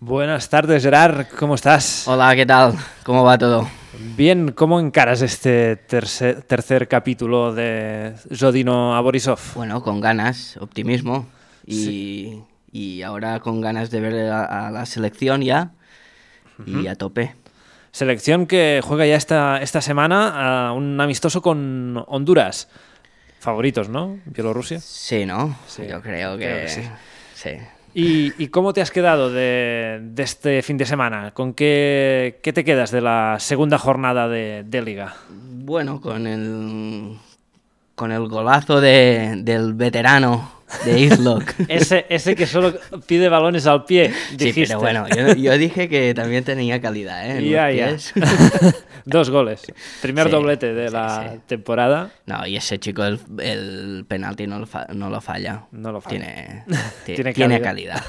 Buenas tardes, Gerard. ¿Cómo estás? Hola, ¿qué tal? ¿Cómo va todo? Bien, ¿cómo encaras este tercer, tercer capítulo de Jodino a Borisov? Bueno, con ganas, optimismo y, y ahora con ganas de ver a, a la selección ya y a tope. Selección que juega ya esta, esta semana a un amistoso con Honduras. Favoritos, ¿no? Bielorrusia. Sí, ¿no? Sí, Yo creo que, creo que sí. sí. ¿Y, y cómo te has quedado de, de este fin de semana? ¿Con qué, qué te quedas de la segunda jornada de, de liga? Bueno, con el con el golazo de- del veterano de Islock. Ese, ese que solo pide balones al pie, sí, dijiste. pero bueno, yo, yo dije que también tenía calidad, ¿eh? En Ya, los ya. pies. Dos goles. Primer Sí, doblete de sí, la sí. temporada. No, y ese chico el, el penalti no lo, fa- no lo falla. No lo falla. Tiene, ti- Tiene tiene, calidad. calidad.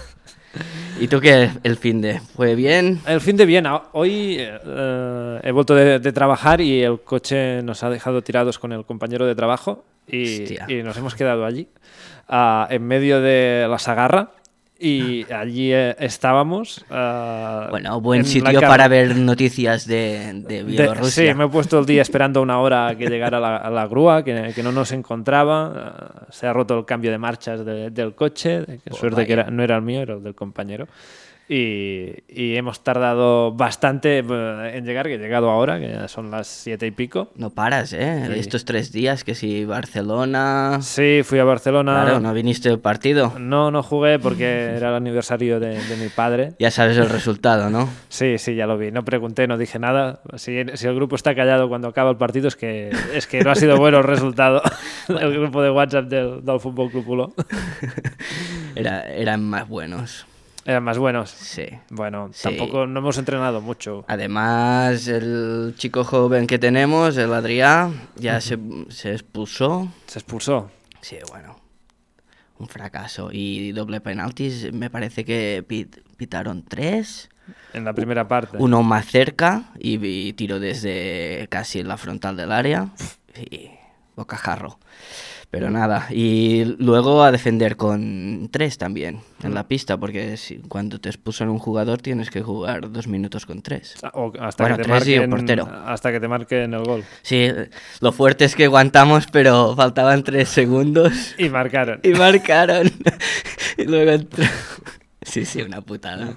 ¿Y tú qué? El fin de. ¿Fue bien? El fin de bien. Ah, Hoy eh, he vuelto de, de trabajar y el coche nos ha dejado tirados con el compañero de trabajo y, Hostia. y nos hemos quedado allí, ah, en medio de la sagarra. Y allí eh, estábamos. ah, Ah. Bueno, buen en la sitio car- para ver noticias de, de de- Bielorrusia. sí, me he puesto el día esperando una hora que llegara la, a la grúa, que, que no nos encontraba. eh, se ha roto el cambio de marchas de- del coche. de que Pues suerte vaya. que era- no era el mío, era el del compañero. Y, y hemos tardado bastante eh, en llegar, que he llegado ahora, que ya son las siete y pico. No paras, ¿eh? Sí. Estos tres días, que si Barcelona. Sí, fui a Barcelona. Claro, no viniste al partido. No, no jugué porque era el aniversario de- de mi padre. Ya sabes el resultado, ¿no? Sí, sí, ya lo vi. No pregunté, no dije nada. Si, si el grupo está callado cuando acaba el partido es que, es que no ha sido bueno el resultado el grupo de WhatsApp del, del Fútbol Club Uló. Era, eran más buenos. Eran más buenos. Sí. Bueno, Sí. tampoco no hemos entrenado mucho. Además, el chico joven que tenemos, el Adrián, ya se, se expulsó. Se expulsó. Sí, bueno. Un fracaso. Y doble penaltis, me parece que pit- pitaron tres. En la primera parte. Uno más cerca y, vi- tiro desde casi la frontal del área. Y bocajarro. Pero nada. Y luego a defender con tres también en la pista, porque si- cuando te expulsan un jugador tienes que jugar dos minutos con tres. O hasta, Bueno, que te tres y marquen, un portero. hasta que te marquen el gol. Sí, lo fuerte es que aguantamos, pero faltaban tres segundos. Y marcaron. Y marcaron. y luego entró. Sí, sí, una putada.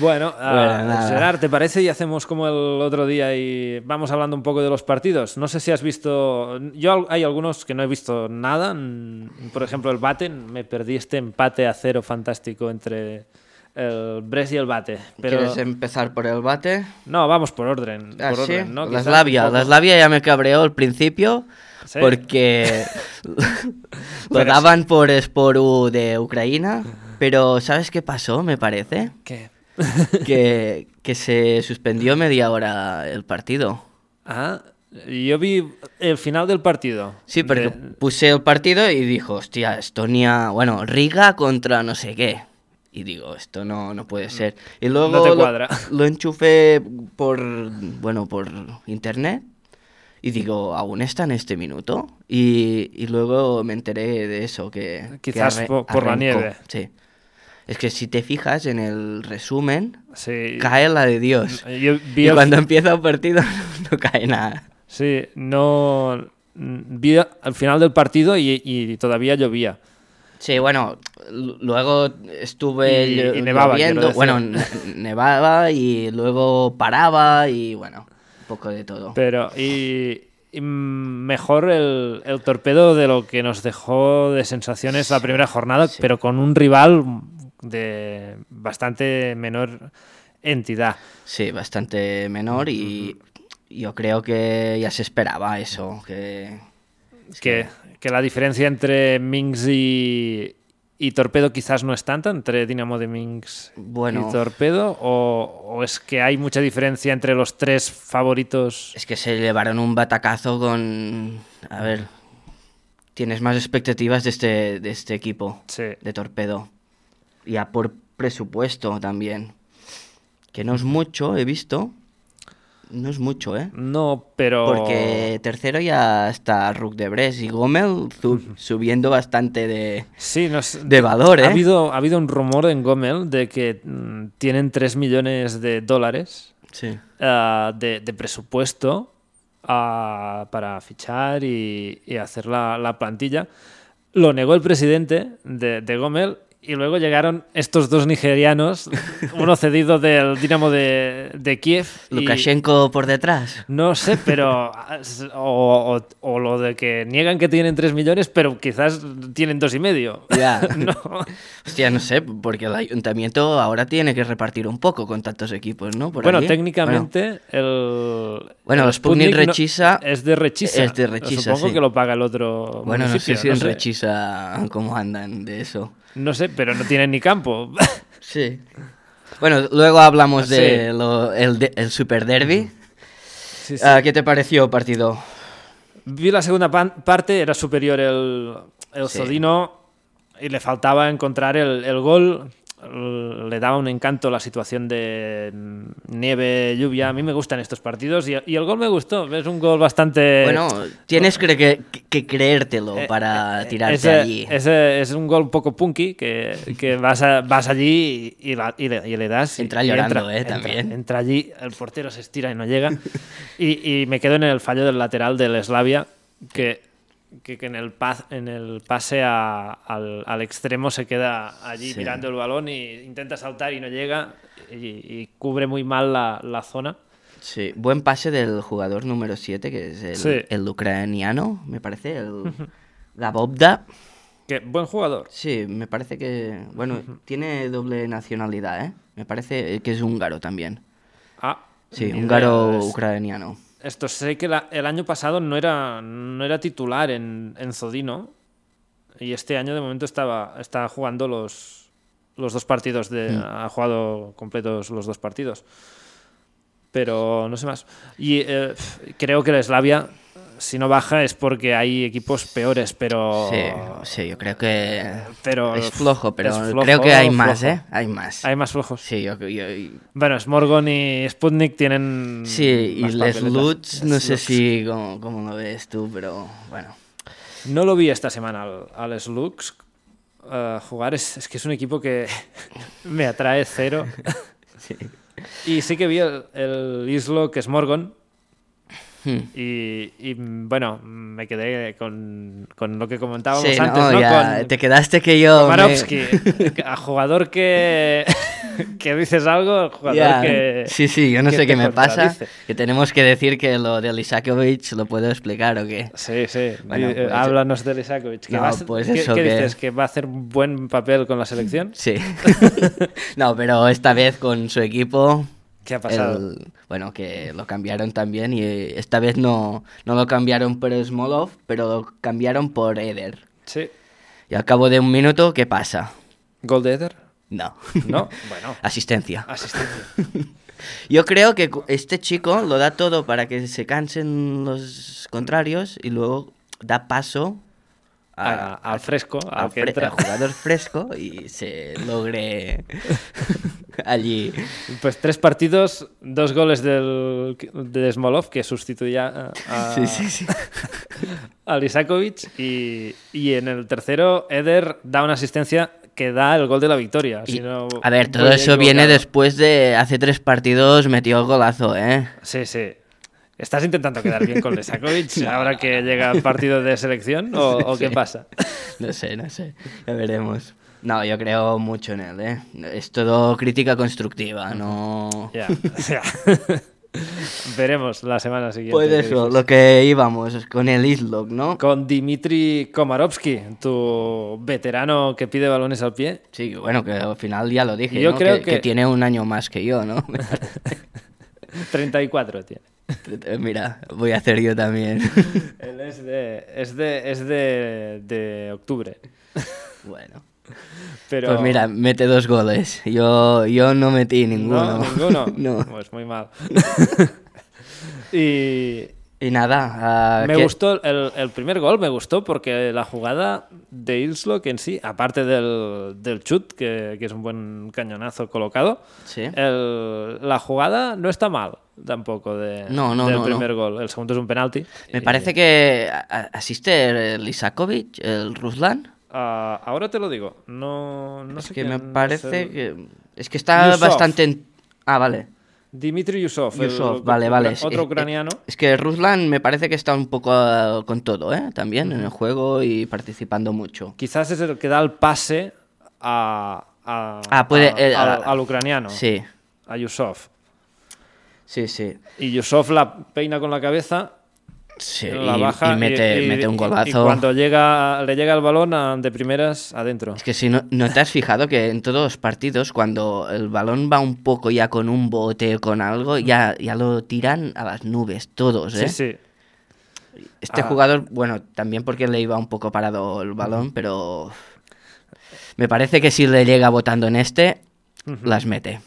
Bueno, ah, nada. Gerard, ¿te parece? Y hacemos como el otro día y vamos hablando un poco de los partidos. No sé si has visto. Yo al- hay algunos que no he visto nada. Mm, Por ejemplo, el Bate. Me perdí este empate a cero fantástico entre el Bres y el Bate. Pero ¿Quieres empezar por el bate? no, vamos por orden. Ah, por sí. orden, ¿no? La Quizás Slavia. un poco. La Slavia ya me cabreó al principio. Sí. Porque lo Pero daban por Sporu de Ucrania. Pero ¿sabes qué pasó? Me parece. ¿Qué? Que, que se suspendió media hora el partido. Ah, yo vi el final del partido. Sí, porque De- puse el partido y dijo, hostia, Estonia, bueno, Riga contra no sé qué. Y digo, esto no, no puede ser. Y luego Mm. te lo- cuadra. Lo, enchufé por, bueno, por internet. Y digo, ¿aún está en este minuto? Y, y luego me enteré de eso, que... que Quizás arre- po- por la arrancó. nieve. Sí. Es que si te fijas en el resumen, Sí. cae la de Dios. Yo vi y el cuando empieza el partido no cae nada. Sí, no. mm, Vi al final del partido y, y todavía llovía. Sí, bueno, l- luego estuve Y- llo- y nevaba, quiero lloviendo, decir. bueno, ne- nevaba y luego paraba y bueno, un poco de todo. Pero. Y, y, mm, mejor el, el torpedo de lo que nos dejó de sensaciones la primera jornada, pero con un rival de bastante menor entidad. Sí, bastante menor y yo creo que ya se esperaba eso, que Que, que la diferencia entre Minx y. y Torpedo quizás no es tanta entre Dinamo de Minx Bueno. y Torpedo, o, o es que hay mucha diferencia entre los tres favoritos. es que se llevaron un batacazo con... A ver, tienes más expectativas de este, de este equipo. Sí. de torpedo. Ya por presupuesto también. Que no es mucho, he visto. No es mucho, ¿eh? No, pero. Porque tercero ya está Rook de Bres y Gómez sub- subiendo bastante de, Sí, nos- de valor, ¿eh? Ha habido, ha habido un rumor en Gomel de que mm, tienen 3 millones de dólares Sí. ah, de, de presupuesto ah, para fichar y, y hacer la, la plantilla. Lo negó el presidente de, de Gomel y luego llegaron estos dos nigerianos, uno cedido del Dinamo de, de Kiev. y- Lukashenko por detrás. no sé, pero. O, o- o lo de que niegan que tienen 3 millones, pero quizás tienen dos y medio. Ya. No. Hostia, no sé, porque el ayuntamiento ahora tiene que repartir un poco con tantos equipos, ¿no? Por bueno, allí. técnicamente el. Bueno, el los Sputnik Sputnik no- Rechisa- es de Rechisa. es de Rechisa, Supongo sí. que lo paga el otro. Bueno, bueno no sé municipio, si en Rechisa cómo andan de eso. No sé, pero no tienen ni campo. Sí. Bueno, luego hablamos Sí. de lo- el, de- el Super Derby. Sí, sí. Ah, ¿Qué te pareció partido? Vi la segunda pan- parte, era superior el, el Sí. Zodino y le faltaba encontrar el, el gol. L- Le daba un encanto la situación de mm, nieve, lluvia. A mí me gustan estos partidos y, y el gol me gustó. Es un gol bastante. bueno, tienes cre- que, que creértelo eh, para eh, tirarte ese- allí. ese es un gol un poco punky que, que vas, a- vas allí y, y la- y le, y le das. y- Entra y llorando, eh, también. Entra allí, el portero se estira y no llega. y, y me quedo en el fallo del lateral del Slavia que, que, que en, el pas- en el pase a- al, al extremo se queda allí Sí. mirando el balón y intenta saltar y no llega y, y cubre muy mal la, la zona. Sí, buen pase del jugador número 7, que es el, Sí. el ucraniano, me parece, el Gabobda. Que buen jugador. Sí, me parece que, bueno, tiene doble nacionalidad, ¿eh? Me parece que es húngaro también. Ah, Sí, ni idea. húngaro Es- ucraniano. Esto sé que la- el año pasado no era, no era titular en, en Zodino. Y este año de momento estaba, está jugando los, los dos partidos. De, Hmm. Ha jugado completos los dos partidos. Pero no sé más. Y eh, pf, creo que la Eslavia, si no baja, es porque hay equipos peores. Pero, Sí, Oh. sí, yo creo que pero es flojo, pero es flojo, creo que hay más, flojo. ¿eh? Hay más. Hay Mm, más flojos. Sí, yo, yo- Bueno, Smorgon y Sputnik tienen. sí, y las Les papeletas. Lutz, no sé Lutz. si cómo, cómo lo ves tú, pero bueno. No lo vi esta semana al, al Slux eh, jugar. Es, es que es un equipo que me atrae cero. Y sí que vi el, el Islo, que es Morgon. Hmm. Y, y, mm, bueno, me quedé con, con lo que comentábamos Sí, antes, no, ¿no? ya, Con te quedaste que yo... me- Komarovsky, a jugador que, que dices algo, jugador Ya, que... Sí, sí, yo no que sé qué te me pasa. contradice. Que tenemos que decir que lo de Lisakovic lo puedo explicar o qué. Sí, sí. Bueno, Di- eh, pues- Háblanos de Lisakovic. que No, vas- pues ¿qué- eso ¿Qué que- dices? ¿Que va a hacer un buen papel con la selección? Sí. no, pero esta vez con su equipo. ¿Qué ha pasado? el- bueno, que lo cambiaron también y eh, esta vez no, no lo cambiaron por Smolov, pero lo cambiaron por Eder. Sí. Y al cabo de un minuto, ¿qué pasa? ¿Gol de Eder? No. No. bueno, Asistencia. Ah. asistencia. Yo creo que cu- este chico lo da todo para que se cansen los contrarios y luego da paso A- al fresco, al, al, que fre- entra. al jugador fresco y se logre allí. Pues tres partidos, dos goles del, de Smolov, que sustituía eh, a, a- Sí, sí, sí. a Lisakovic. Y, y en el tercero, Eder da una asistencia que da el gol de la victoria. si Y- no, a ver, todo voy eso viene equivocado. después de hace tres partidos metió el golazo, ¿eh? Sí, sí. ¿Estás intentando quedar bien con Lisakovic ahora que llega el partido de selección? ¿O, o qué Sí. pasa? No sé, no sé. Ya veremos. No, yo creo mucho en él, ¿eh? Es todo crítica constructiva, no... Ya, ya. Veremos la semana siguiente. Pues qué eso, dices. lo que íbamos con el Islog, ¿no? Con Dimitri Komarovsky, tu veterano que pide balones al pie. Sí, que bueno, que al final ya lo dije, Yo ¿no? creo que, que que- tiene un año más que yo, ¿no? 34 tiene. Mira, voy a hacer yo también. Él es de, es de, es de, de octubre. bueno. Pero Pues mira, mete dos goles. Yo, yo no metí ninguno. No, ninguno. no. Pues muy mal. y Y nada. ah, me que- gustó el, el primer gol, me gustó porque la jugada de Ilslock en sí, aparte del, del chut, que, que es un buen cañonazo colocado, Sí. el- la jugada no está mal. tampoco de, No, no, del no, primer gol. El segundo es un penalti. Me Y, parece que a- a- asiste el Isakovic, el Ruslan. ah, ahora te lo digo. No, no es sé que quién me es parece el- que. Es que está Yusov. bastante. en- Ah, vale. Dimitri Yusov. el- Yusov, vale, vale. Es- eh, es- Otro ucraniano. Es que Ruslan me parece que está un poco ah, con todo, ¿eh? También en el juego y participando mucho. Quizás es el que da el pase a, a- Ah, puede- a- eh, al, a- al ucraniano. Sí, A Yusov. sí, sí. Y Yusov la peina con la cabeza sí, la y, baja y mete, mete un y- golazo. Y cuando llega, le llega el balón a- de primeras adentro. Es que si no, no te has fijado que en todos los partidos, cuando el balón va un poco ya con un bote o con algo, ya, ya lo tiran a las nubes todos, ¿eh? Sí, sí. Este Ah. jugador, bueno, también porque le iba un poco parado el balón, pero me parece que si le llega votando en este, las mete.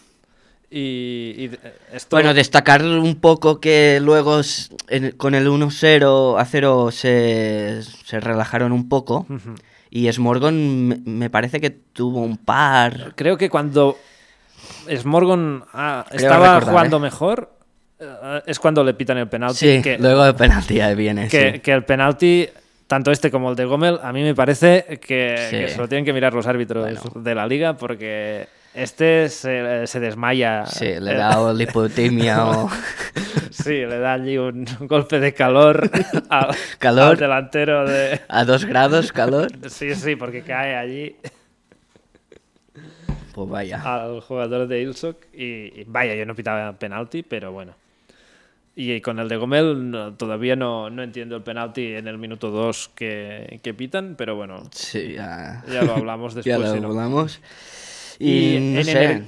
Y, y, eh, esto- Bueno, destacar un poco que luego s- en- con el 1-0 a 0 se, se relajaron un poco. Ujú. Y Smorgon me, me parece que tuvo un par. Creo que cuando Smorgon ah, Creo estaba recordar, jugando ¿eh? mejor, eh, es cuando le pitan el penalti. Sí, que, luego de penalti ahí viene. que- sí. que el penalti, tanto este como el de Gomel, a mí me parece que, Sí. que se lo tienen que mirar los árbitros de la liga porque este se, se desmaya. Sí, le Eh, da o lipotimia o Sí, le da allí un golpe de calor al, Calor. al delantero de... a dos grados calor. Sí, sí, porque cae allí Pues vaya. al jugador de Ilsok y, y vaya, yo no pitaba penalti, pero bueno. Y con el de Gomel no- todavía no, no entiendo el penalti en el minuto 2 que, que pitan, pero bueno, Sí, ya, ya lo hablamos ya después. lo pues, si no. hablamos. Y, no en, sé. ener-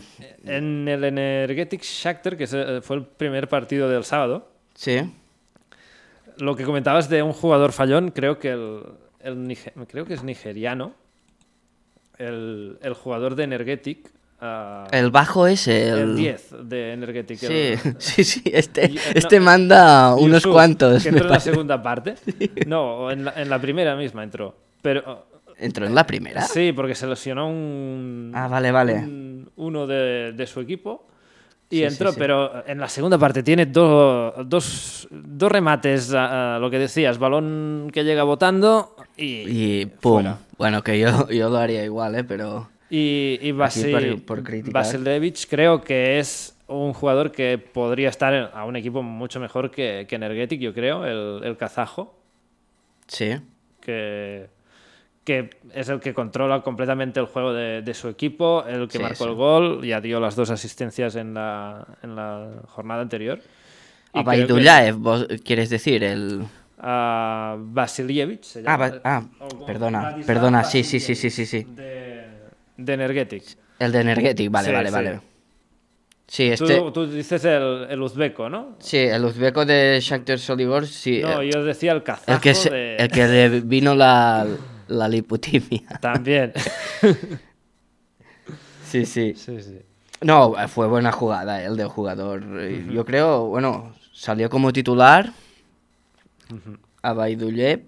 en el Energetic Shakhtar, que se- fue el primer partido del sábado, Sí. Ah. Lo que comentabas de un jugador fallón, creo que el, el nige- creo que es nigeriano, el, el jugador de Energetic, ah, El bajo ese. el El, 10 de Energetic. Sí, el- sí, sí. Este, Y, eh, este no, manda unos Yusuf, cuantos. Que me entró en la parece. segunda parte. No, en la, en la primera misma entró. Pero Entró en la primera. sí, porque se lesionó un, Ah, vale, vale. un- uno de, de su equipo. Y Sí, sí, entró, sí. pero en la segunda parte tiene dos, dos, dos remates, a, a lo que decías, balón que llega botando Y pum. fuera. Bueno, que yo, yo lo haría igual, ¿eh? Pero. Y, y Vasi- por- por criticar. Vasilevich creo que es un jugador que podría estar en- a un equipo mucho mejor que, que Energetic, yo creo, el, el kazajo, Sí. Ah, que, que es el que controla completamente el juego de, de su equipo, el que Sí, marcó sí. el gol, ya dio las dos asistencias en la, en la jornada anterior. Y creo que- Abaidullaev, vos quieres decir, el. a Vasilievich se Ah, llama. va- ah, O- o perdona, Vladislav perdona, sí, sí, sí, sí, sí, sí. De, de Energetic. El de Energetic, vale, Sí, vale, sí. vale. Sí, este. Tú, tú dices el, el uzbeco, ¿no? Sí, el uzbeco de Shakhtar Solibor, sí. eh, No, el, yo decía el kazajo el que se- de- el que le vino la, la liputimia. También. Sí, sí. sí, sí. No, fue buena jugada eh, el del jugador. Yo creo, bueno, salió como titular a Baidulle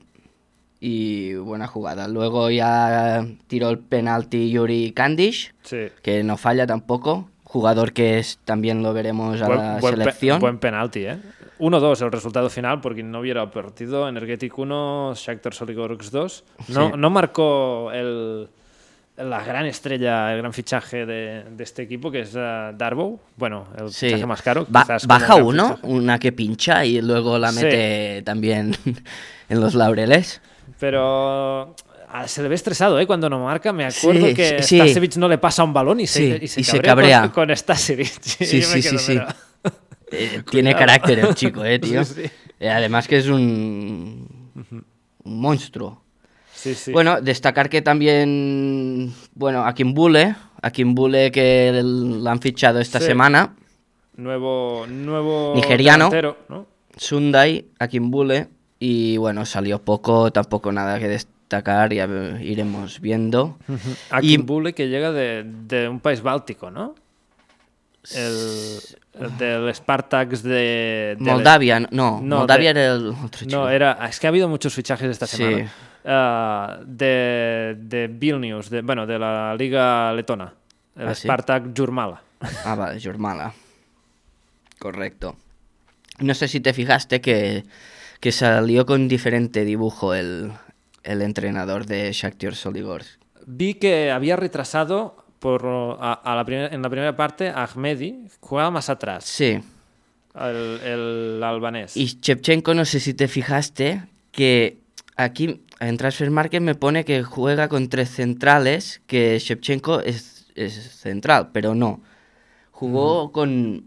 y buena jugada. Luego ya tiró el penalti Yuri Kandish, Sí. que no falla tampoco. Jugador que es también lo veremos a la pe- selección. buen penalti, ¿eh? 1-2 el resultado final, porque no hubiera partido. Energetic 1, Shakhtar Soligorsk 2. No, Sí. no marcó el, la gran estrella, el gran fichaje de, de este equipo, que es eh, Darbow. Bueno, el Sí. fichaje más caro. Ba- quizás como baja gran uno, fichaje. una que pincha y luego la Sí. mete también en los laureles. Pero ah, se le ve estresado, ¿eh? Cuando no marca, me acuerdo Sí, que sí. Stasevich no le pasa un balón y se, Sí, y se y se cabrea, cabrea. con, con Stasevich. Sí, Y yo me sí, sí, quedo, sí. pero- Eh, tiene carácter el chico, eh, tío. Sí, sí. Eh, Además que es un, un monstruo. Sí, sí. Bueno, destacar que también, bueno, a Kimbule, a Kimbule que el- la han fichado esta Sí. semana, Nuevo, nuevo Nigeriano. delantero, ¿no? Sundai, a Kimbule, y bueno, salió poco, tampoco nada que destacar, ya ve- iremos viendo. Y- Akimbule, que llega de, de un país báltico, ¿no? El, el del Spartak de, de- Moldavia, no, No, Moldavia de- era el otro chico. No, era. Es que ha habido muchos fichajes esta Sí. semana. Ah, de, de Vilnius, de, bueno, de la Liga Letona. El Ah, sí. Spartak Jurmala. Ah, vale, Jormala. Correcto. No sé si te fijaste que, que salió con diferente dibujo el, el entrenador de Shakhtar Soligor. Vi que había retrasado por, a, a la primer- en la primera parte a Ahmedi, jugaba más atrás, Sí. el, el albanés. Y Shevchenko, no sé si te fijaste, que aquí en Transfer Market me pone que juega con tres centrales, que Shevchenko es, es central, pero no. Jugó con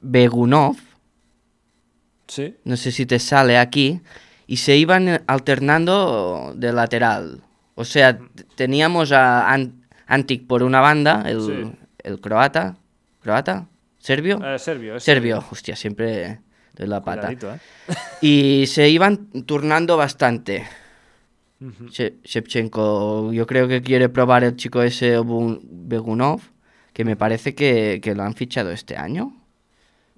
Begunov, Sí. no sé si te sale aquí, y se iban alternando de lateral. O sea, t- teníamos a An- Antic por una banda, el, Sí. el croata, croata, serbio, Eh, serbio, es serbio, hostia, siempre doy la pata. cuidadito, ¿eh? Y se iban turnando bastante. She- Shevchenko, yo creo que quiere probar el chico ese Obun- Begunov, que me parece que, que lo han fichado este año.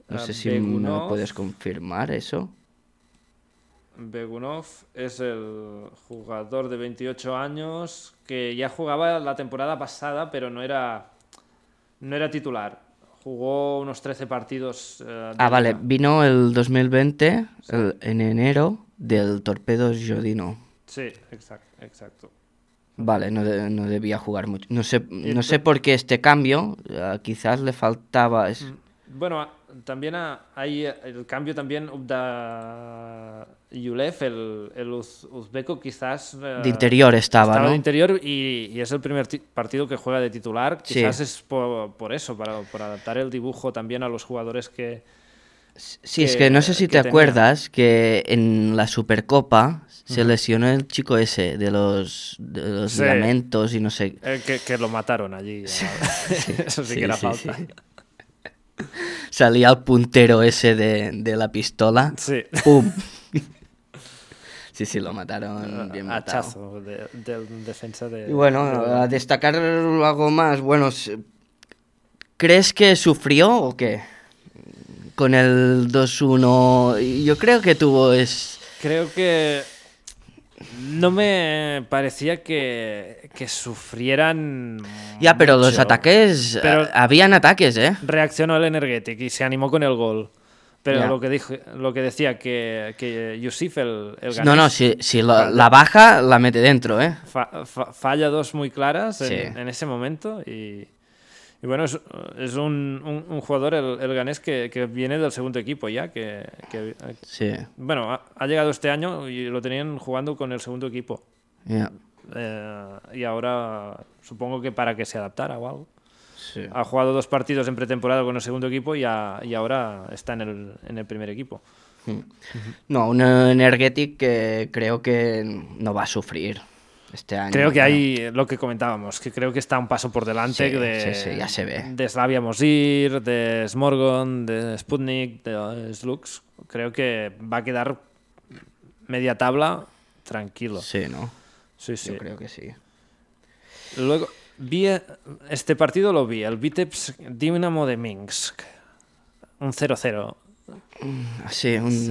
No Ah, sé si me Begunov. puedes confirmar eso. Begunov es el jugador de 28 años que ya jugaba la temporada pasada, pero no era, no era titular. Jugó unos 13 partidos. eh, de Ah, vale, liga. vino el 2020, el- en enero, del Torpedo Jodino. Sí, exacto. exacto. Vale, no, de- no debía jugar mucho. No sé, no Ento- sé por qué este cambio, eh, quizás le faltaba... es- Bueno, a- también a- hay el cambio también Ubda Yulev, el, el uz- uzbeco quizás... eh, De interior estaba, estaba ¿no? de interior y, y es el primer ti- partido que juega de titular. Sí. Quizás es por, por eso, para, por adaptar el dibujo también a los jugadores que... Sí, es que no sé que- si que te tenía. acuerdas que en la Supercopa se lesionó el chico ese de los, de los Sí. lamentos y no sé. eh, que, que lo mataron allí. eso sí, que era sí, falta. sí. Salía el puntero ese de, de la pistola. Sí. ¡Pum! sí, sí, lo mataron Mm, bien matado. Ah, Hachazo de- del defensa de... Y bueno, de- a destacar algo más. Bueno, s- ¿crees que sufrió o qué? Con el 2-1. Yo creo que tuvo es. Creo que no me parecía que, que sufrieran. Ya, pero los mucho. ataques. Pero- a- habían ataques, ¿eh? Reaccionó el Energetic y se animó con el gol. Pero Ya. lo, que dijo, lo que decía que, que Yusif, el, el No, no, ganés, si, si la, la baja, la mete dentro, ¿eh? fa- fa- falla dos muy claras en, Sí. en ese momento. Y, y bueno, es, es un, un- un jugador, el, el ganés, que, que viene del segundo equipo ya, que, que- Sí. bueno, ha- ha llegado este año y lo tenían jugando con el segundo equipo. ya, Eh, y ahora supongo que para que se adaptara o algo. sí. Ha jugado dos partidos en pretemporada con el segundo equipo y, a- y ahora está en el, en el primer equipo. No, un Energetic que creo que no va a sufrir este año. Creo que creo. hay lo que comentábamos, que creo que está un paso por delante Sí, de, sí, sí, ya se ve. de Slavia Mosir, de Smorgon, de Sputnik, de eh, Slux. Creo que va a quedar media tabla tranquilo. Sí, ¿no? Sí, Yo sí. creo que sí. Luego vi eh, este partido lo vi, el Vitebsk Dinamo de Minsk. Un eh, 0-0. Sí, un- Sí.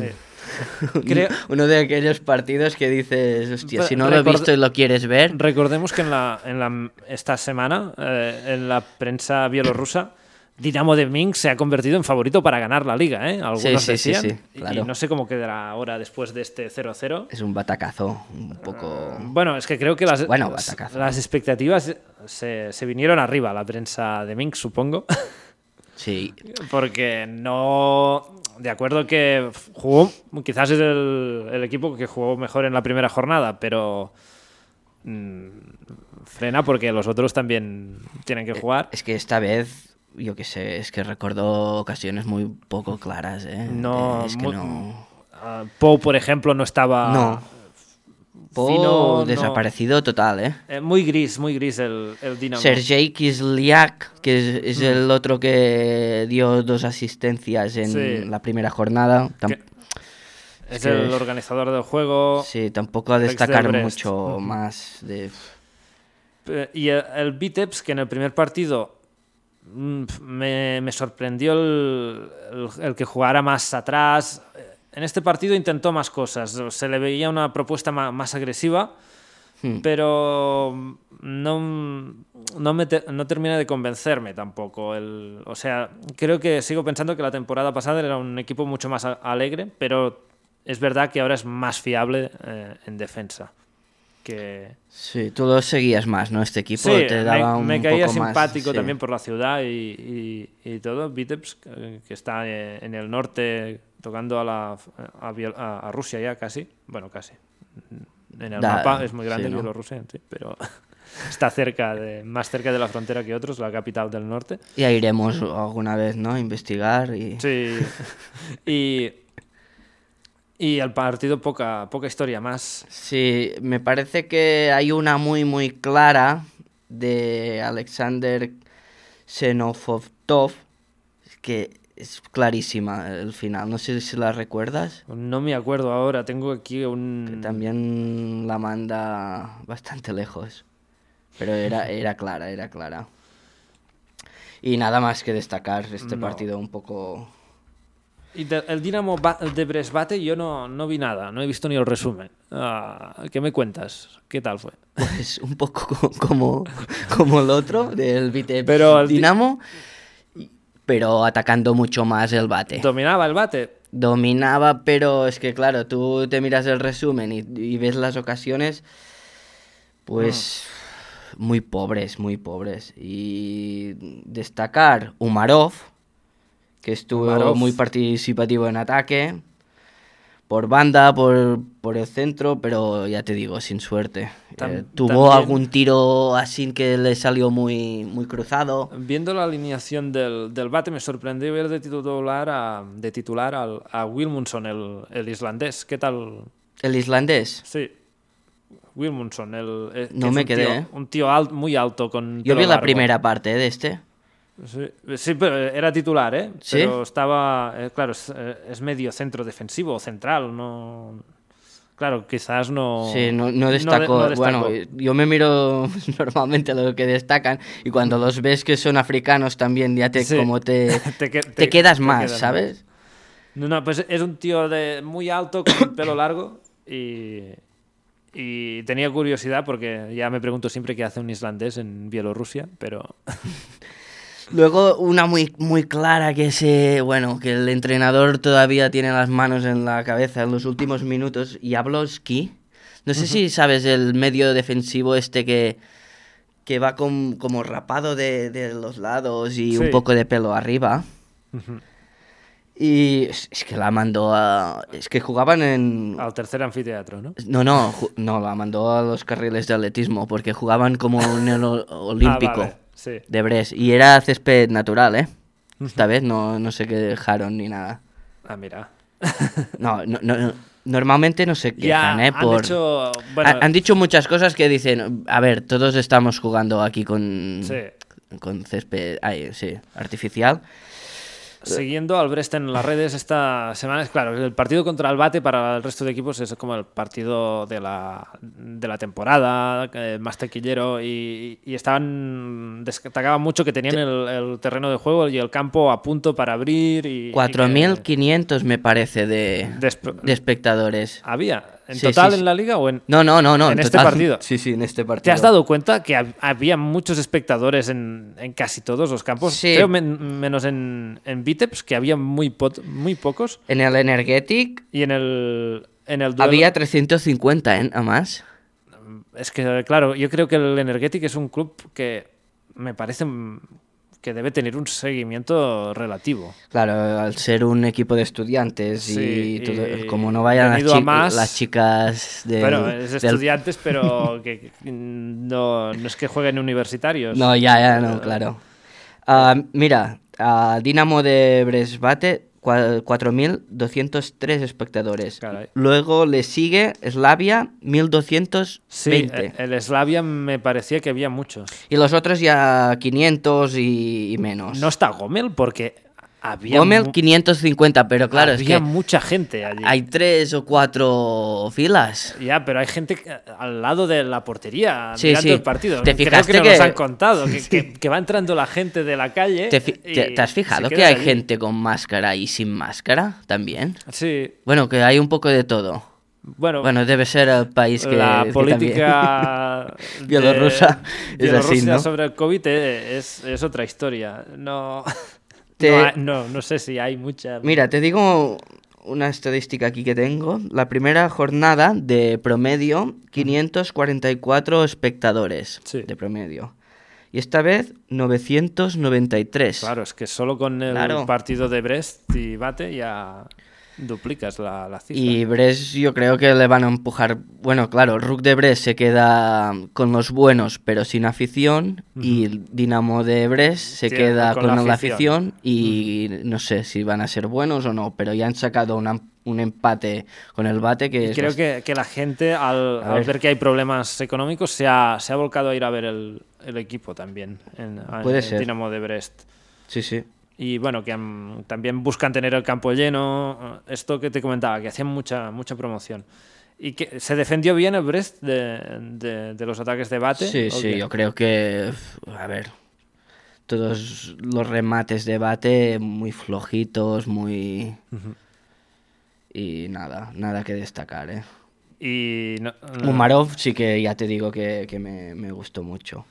un- Creo- uno de aquellos partidos que dices, hostia, Pero si no lo he record- visto y lo quieres ver. Recordemos que en la, en la- esta semana, eh, en la prensa bielorrusa, Dinamo de Minsk se ha convertido en favorito para ganar la liga, ¿eh? Algunos Sí, sí, sí, decían. sí, Y- claro. Y no sé cómo quedará ahora después de este 0-0. Es un batacazo, un poco. Bueno, es que creo que las, Bueno, las- batacazo. las expectativas se, se vinieron arriba, la prensa de Minsk, supongo. Sí, Porque no. De acuerdo que jugó. Quizás es el, el equipo que jugó mejor en la primera jornada, pero. mm, frena porque los otros también tienen que jugar. Es que esta vez, yo qué sé, es que recuerdo ocasiones muy poco claras, ¿eh? No, Eh, es que mu- no. Ah, Pou, por ejemplo, no estaba. No. Po Fino, no. desaparecido total, ¿eh? Eh, muy gris, muy gris el, el Dinamo. Sergei Kislyak, que es, es Mm. el otro que dio dos asistencias en Sí. la primera jornada. tam- Que- es que- el organizador del juego. Sí, tampoco a Alex destacar de Brest. mucho más de... Eh, Y el, el Vitebs, que en el primer partido mm, pf, me, me sorprendió el, el- el que jugara más atrás. Eh, En este partido intentó más cosas. Se le veía una propuesta ma- más, agresiva, Hmm. pero no, no, me te- no termina de convencerme tampoco. El, o sea, creo que sigo pensando que la temporada pasada era un equipo mucho más a- alegre, pero es verdad que ahora es más fiable eh, en defensa. Que... Sí, tú lo seguías más, ¿no? Este equipo Sí, te daba me, un me caía poco más, simpático sí. también por la ciudad y, y- y todo. Vitebsk, eh, que está eh, en el norte tocando a, la, a, Biel- a- a Rusia ya casi. Bueno, casi. En el Da- mapa es muy grande sí, ¿no? Bielorrusia, sí, pero está cerca de, más cerca de la frontera que otros, la capital del norte. Ya iremos alguna vez, ¿no? Investigar y... Sí. Y, y el partido poca, poca historia más. Sí, me parece que hay una muy, muy clara de Alexander Xenofovtov, que es clarísima el final. No sé si la recuerdas. No me acuerdo ahora, tengo aquí que un... También la manda bastante lejos. Pero era, era clara, era clara. Y nada más que destacar este No. partido un poco... Y de- el Dinamo Ba- de Bresbate yo no, no vi nada, no he visto ni el resumen. Ah, ¿Qué me cuentas? ¿Qué tal fue? Pues un poco co- como, como el otro, del Vitebsk Pero el di- Dinamo, pero atacando mucho más el bate. ¿Dominaba el bate? Dominaba, pero es que claro, tú te miras el resumen y, y ves las ocasiones, pues Mm. muy pobres, muy pobres. Y destacar Umarov, que estuvo Umarov. muy participativo en ataque, por banda, por, por el centro, pero ya te digo, sin suerte. Tam- Eh, tuvo también- algún tiro así que le salió muy, muy cruzado. Viendo la alineación del, del bate me sorprendió ver de titular a, de titular al, a Wilmundson, el, el islandés. ¿Qué tal? El islandés. Sí. Wilmundson, el... eh, No es me un tío- quedé, ¿eh? un tío al- muy alto con... Yo pelo vi la largo. primera parte eh, de este. Sí, sí, pero era titular, ¿eh? ¿Sí? Pero estaba, eh, claro, es, eh, es medio centro defensivo, central, no... Claro, quizás no... Sí, no, no de- destacó. no destacó. Bueno, yo me miro normalmente lo que destacan y cuando los ves que son africanos también ya te, Sí. como te, Te que- te quedas te más, quedas ¿sabes? No, no, pues es un tío de muy alto, con pelo largo y... Y tenía curiosidad porque ya me pregunto siempre qué hace un islandés en Bielorrusia, pero Luego una muy, muy clara que se, bueno, que el entrenador todavía tiene las manos en la cabeza en los últimos minutos y Jablonski. No sé si sabes el medio defensivo este que, que va con- como rapado de, de los lados y Sí. un poco de pelo arriba. Y es, es que la mandó a... Es que jugaban en... al tercer anfiteatro, ¿no? No, no, ju- no, la mandó a los carriles de atletismo porque jugaban como en el o- Ah, olímpico. vale, sí. De Bres. Y era césped natural, ¿eh? Esta vez no, no sé qué dejaron ni nada. Ah, mira. No, no, no- no- normalmente no se Ya quejan, ¿eh? han Por- hecho... Bueno, ha- han dicho muchas cosas que dicen, a ver, todos estamos jugando aquí con, sí. con césped ay, sí, artificial. Siguiendo al Brest en las redes esta semana, es claro, el partido contra el Bate para el resto de equipos es como el partido de la, de la temporada, eh, más taquillero, y, y estaban destacaban mucho que tenían el, el terreno de juego y el campo a punto para abrir. y- y que 4.500 me parece de, desp- de espectadores. ¿Había? ¿En Sí, total sí, sí. en la liga o en.? No, no, no, no. en este partido. Sí, sí, en este partido. ¿Te has dado cuenta que hab- había muchos espectadores en, en casi todos los campos? Sí. Creo men- menos en, en Viteps, que había muy, pot- muy pocos. En el Energetic Y en el, en el duelo- había 350, ¿eh? A más. Es que, claro, yo creo que el Energetic es un club que me parece mm, que debe tener un seguimiento relativo. Claro, al ser un equipo de estudiantes Sí, y, todo- y como no vayan las, venido a chi- más. las chicas del, bueno, es del- estudiantes, pero que mm, no, no es que jueguen universitarios. No, ya, ya, no, Eh, claro. Ah, mira, a Dinamo de Bresbate, cua- 4.203 espectadores. Caray. Luego le sigue Slavia, 1.220. Sí, e- el Slavia me parecía que había muchos. Y los otros ya 500 y, y menos. No está Gomel porque había, Gomel mu- 550, pero claro, es había que mucha gente allí. hay tres o cuatro filas. Ya, pero hay gente que- al lado de la portería Sí, mirando sí. el partido. ¿Te Creo fijaste que, no que- nos han contado que, que- que va entrando la gente de la calle. ¿Te, fi- y te- te has se fijado que quedan hay allí. gente con máscara y sin máscara también? Sí, Bueno, que hay un poco de todo. Bueno, Bueno, debe ser el país que. la que política de- Bielorrusa es Bielorrusia así, ¿no? sobre el COVID eh, es, es otra historia. No, Te- no, hay- no, no sé si hay mucha. también. Mira, te digo una estadística aquí que tengo. La primera jornada de promedio, 544 espectadores Sí. de promedio. Y esta vez, 993. Claro, es que solo con el Claro. partido de Brest y Bate ya duplicas la, la cifra. Y Bres yo creo que le van a empujar. Bueno, claro, Rook de Bres se queda con los buenos pero sin afición y el Dinamo de Bres se Sí, queda con con, la la afición. afición y no sé si van a ser buenos o no, pero ya han sacado una- un empate con el bate que Y es creo bast- que, que la gente, al, A al ver. ver que hay problemas económicos, se ha, se ha volcado a ir a ver el, el equipo también en, en Puede el ser. Dinamo de Brest. Sí, sí. Y bueno, que han- también buscan tener el campo lleno. Esto que te comentaba, que hacían mucha, mucha promoción. Y que se defendió bien el Brest de, de- de los ataques de bate. Sí, ¿o sí, qué? yo creo que. uf, A ver. Todos los remates de bate muy flojitos, muy. Y nada, nada que destacar, ¿eh? Y no, no- Umarov sí que ya te digo que, que me, me gustó mucho.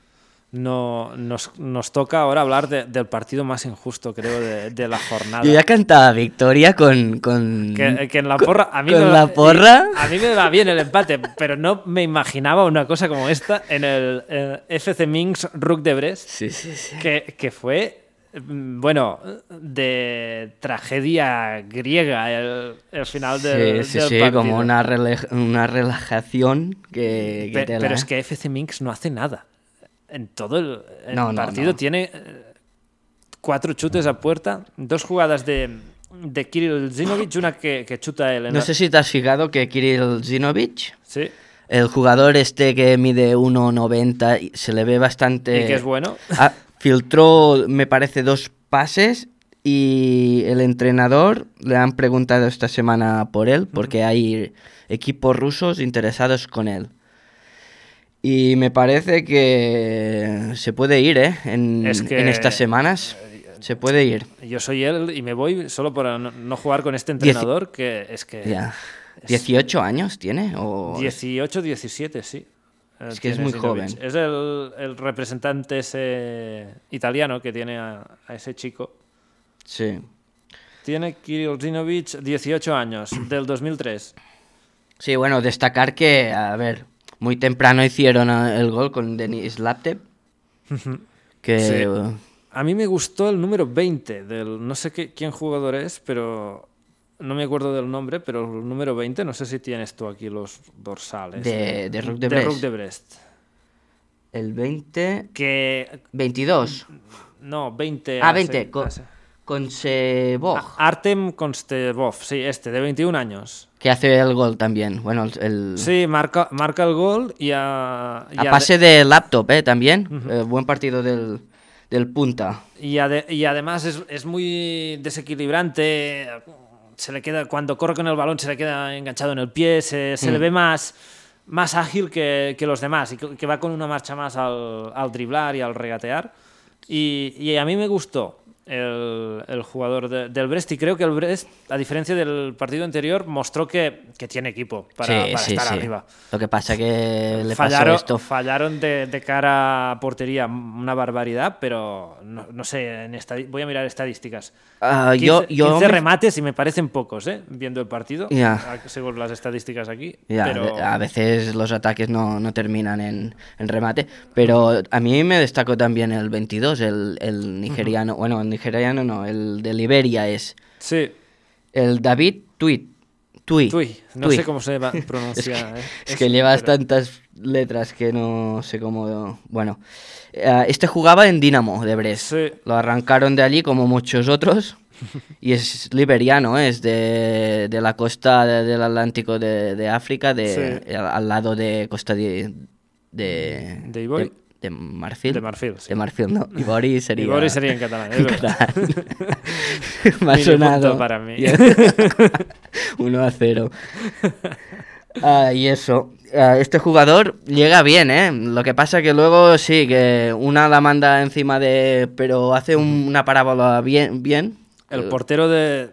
no- nos, nos toca ahora hablar de- del partido más injusto, creo, de, de la jornada. Yo ya cantaba victoria con... con... Que, eh, que en la porra. A mí Mm. con me la porra. A mí me va bien el empate, pero no me imaginaba una cosa como esta en el, eh, FC Minx Rook de Brest, Sí, sí, sí. que, que fue. mm, Bueno, de tragedia griega el, el final del, sí, del sí, partido. como una, rela- una relajación que... que Pe- tela, pero es ¿eh? que FC Minx no hace nada. En todo el, el No, no, partido no. tiene eh, cuatro chutes a puerta, dos jugadas de, de Kirill Zinovich, una que, que chuta él. en No la- sé si te has fijado que Kirill Zinovich, Sí. el jugador este que mide 1,90, y se le ve bastante... y que es bueno. Ah, filtró, me parece, dos pases y el entrenador le han preguntado esta semana por él porque hay equipos rusos interesados con él. Y me parece que se puede ir, ¿eh? En, Es que- eh, en estas semanas se puede ir. Yo soy él y me voy solo para no, no jugar con este Dieci- entrenador, que eh, es que Ya. ¿18 años tiene? O... 18, 17, sí. Eh, Es que es tiene muy joven. Zinovic. Es el, el representante ese italiano que tiene a, a ese chico. Sí. Tiene Kirill Zinovich 18 años, del 2003. Sí, bueno, destacar que, a ver, muy temprano hicieron ah, el gol con Denis Laptep. Que Sí. eh, A mí me gustó el número 20 del... No sé qué, quién jugador es, pero... No me acuerdo del nombre, pero el número 20, no sé si tienes tú aquí los dorsales. De- de Rook de Brest. Rook de Brest. El 20. Que 22. No, 20. ah, oh. hace- 20. Con, hace. con Seboj, Artem Konstebov, sí, este, de 21 años. que hace el gol también. Bueno, el, el- Sí, marca, marca el gol y a, y a a- pase de laptop, ¿eh? También. Eh, buen partido del, del punta. y ade- y además es, es muy desequilibrante. Se le queda, cuando corre con el balón, se le queda enganchado en el pie, se, se le Mm. ve más, más ágil que, que los demás y que, que va con una marcha más al, al driblar y al regatear. Y, y a mí me gustó el, el jugador de- del Brest y creo que el Brest, a diferencia del partido anterior, mostró que, que tiene equipo para, sí, para sí, estar sí. arriba Lo que pasa que le fallaron, pasó esto. fallaron de, de cara a portería una barbaridad, pero no, no sé, en estadi- voy a mirar estadísticas. Ah, yo, 15 yo 15 me- remates y me parecen pocos, ¿eh? viendo el partido, Ya. a- según las estadísticas aquí. Ya, pero A veces los ataques no, no terminan en, en remate, pero a mí me destacó también el 22, el, el nigeriano, bueno, el nigeriano no, el de Liberia es Sí, el David Tui. Tui, Tui, no Tui. sé cómo se va- pronuncia. Es que, ¿eh? es Es- que llevas pero- tantas letras que no sé cómo. Bueno, Eh, este jugaba en Dinamo de Brest. Sí. Lo arrancaron de allí como muchos otros. Y es liberiano, ¿eh? es de, de la costa de- del Atlántico de, de África, de, al, al lado de costa de. de, ¿De Ivori? de- de Marfil. De Marfil, sí. De Marfil, no. Ivori sería. Ivori sería en catalán. ¿eh? en catalán. Me ha Mini punto sonado. para mí. 1 a 0. Ah, y eso. Ah, este jugador llega bien, ¿eh? Lo que pasa que luego sí, que una la manda encima de. Pero hace un- una parábola bien. bien. El portero de.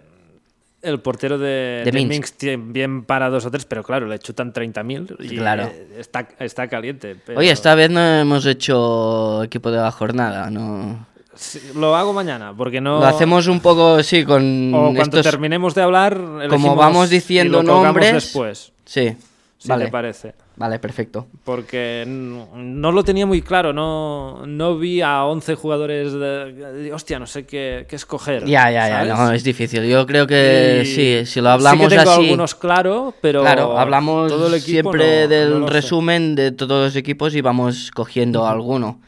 el portero de, De de Minsk. Minsk tiene bien para dos o tres, pero claro, le chutan 30.000 y Claro. eh, está, está caliente. pero- Oye, esta vez no hemos hecho equipo de la jornada, ¿no? Sí, Lo hago mañana, porque no... Lo hacemos un poco, sí, con O cuando estos... terminemos de hablar, elegimos vamos y diciendo lo colgamos nombres, después, Sí, si vale, te parece. vale, perfecto. Porque no, no lo tenía muy claro, no, no vi a 11 jugadores de... Hostia, no sé qué, qué escoger. Ya, ya, ya, ¿sabes? no, es difícil. Yo creo que Y sí, si lo hablamos sí que tengo así... algunos claro, pero Claro, hablamos todo el equipo siempre no- no del lo sé. resumen de todos los equipos y vamos cogiendo alguno.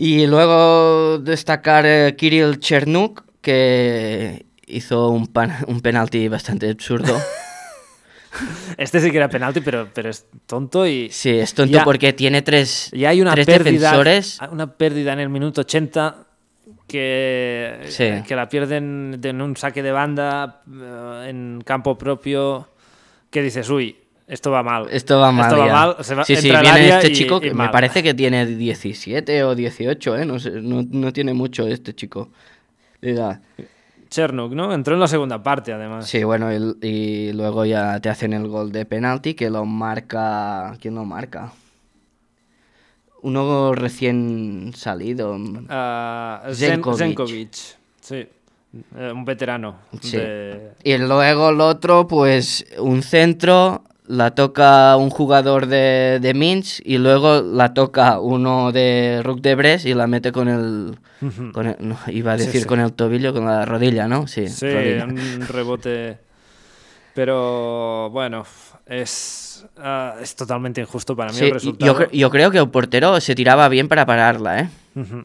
Y luego destacar eh, Kirill Chernuk, que hizo un, pan- un penalti bastante absurdo. Este sí que era penalti, pero, pero es tonto y Sí, es tonto Ya. porque tiene tres, y hay una tres pérdida, Ah, defensores. una pérdida en el minuto 80 que, Sí. que la pierden en un saque de banda eh, en campo propio que dices, uy, esto va mal. Esto va mal. Esto va ya. mal, se va- sí, sí, entra al viene área este y- chico y que me mal. parece que tiene 17 o 18, ¿eh? No, sé, no, no tiene mucho este chico de edad. Chernuk, ¿no? Entró en la segunda parte, además. Sí, bueno, y, y luego ya te hacen el gol de penalti que lo marca. ¿Quién lo marca? Uno recién salido. Ah, Zen- Zenkovic. Zenkovic. Sí. Eh, un veterano. Sí. de- Y luego el otro, pues un centro, la toca un jugador de, de Minsk y luego la toca uno de Rook de Bres y la mete con el. con el- no, iba a Sí, decir sí. con el tobillo, con la rodilla, ¿no? Sí, Sí, rodilla. un rebote. Pero bueno, es, ah, es totalmente injusto para mí Sí, el y- resultado. yo, cre- yo creo que el portero se tiraba bien para pararla, ¿eh? Ujú.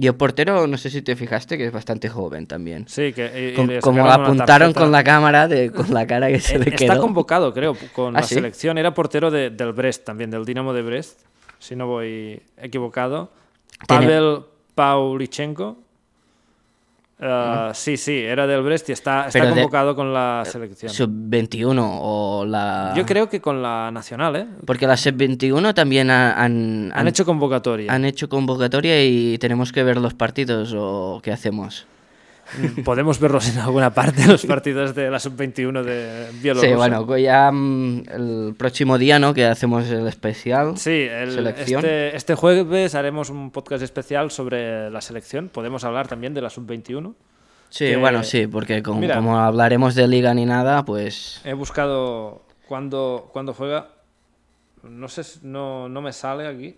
Y el portero, no sé si te fijaste, que es bastante joven también. Sí, que eh, y- y Com- le como la sacaron una apuntaron tarjeta. con la cámara, de, con la cara que se Eh, le quedó. Está convocado, creo, con Ah, la ¿sí? selección. Era portero de- del Brest también, del Dinamo de Brest, si no voy equivocado. Tiene- Pavel Paulichenko. Ah, Sí, sí, era del Brest y está, está Pero de- eh, convocado con la selección. Sub-21 o la... Yo creo que con la nacional, ¿eh? Porque la sub-21 también ha- han, Han hecho convocatoria. han hecho convocatoria y tenemos que ver los partidos o qué hacemos. Podemos verlos en alguna parte, los partidos de la sub-21 de Bielorrusia. Sí, bueno, pues ya mm, el próximo día, ¿no? Que hacemos el especial. Sí, el- Selección. este, este jueves haremos un podcast especial sobre la selección. Podemos hablar también de la sub-21. Sí, que- bueno, sí, porque como, Mira. como hablaremos de liga ni nada, pues... He buscado cuándo, cuándo juega. No sé, si- no, no me sale aquí.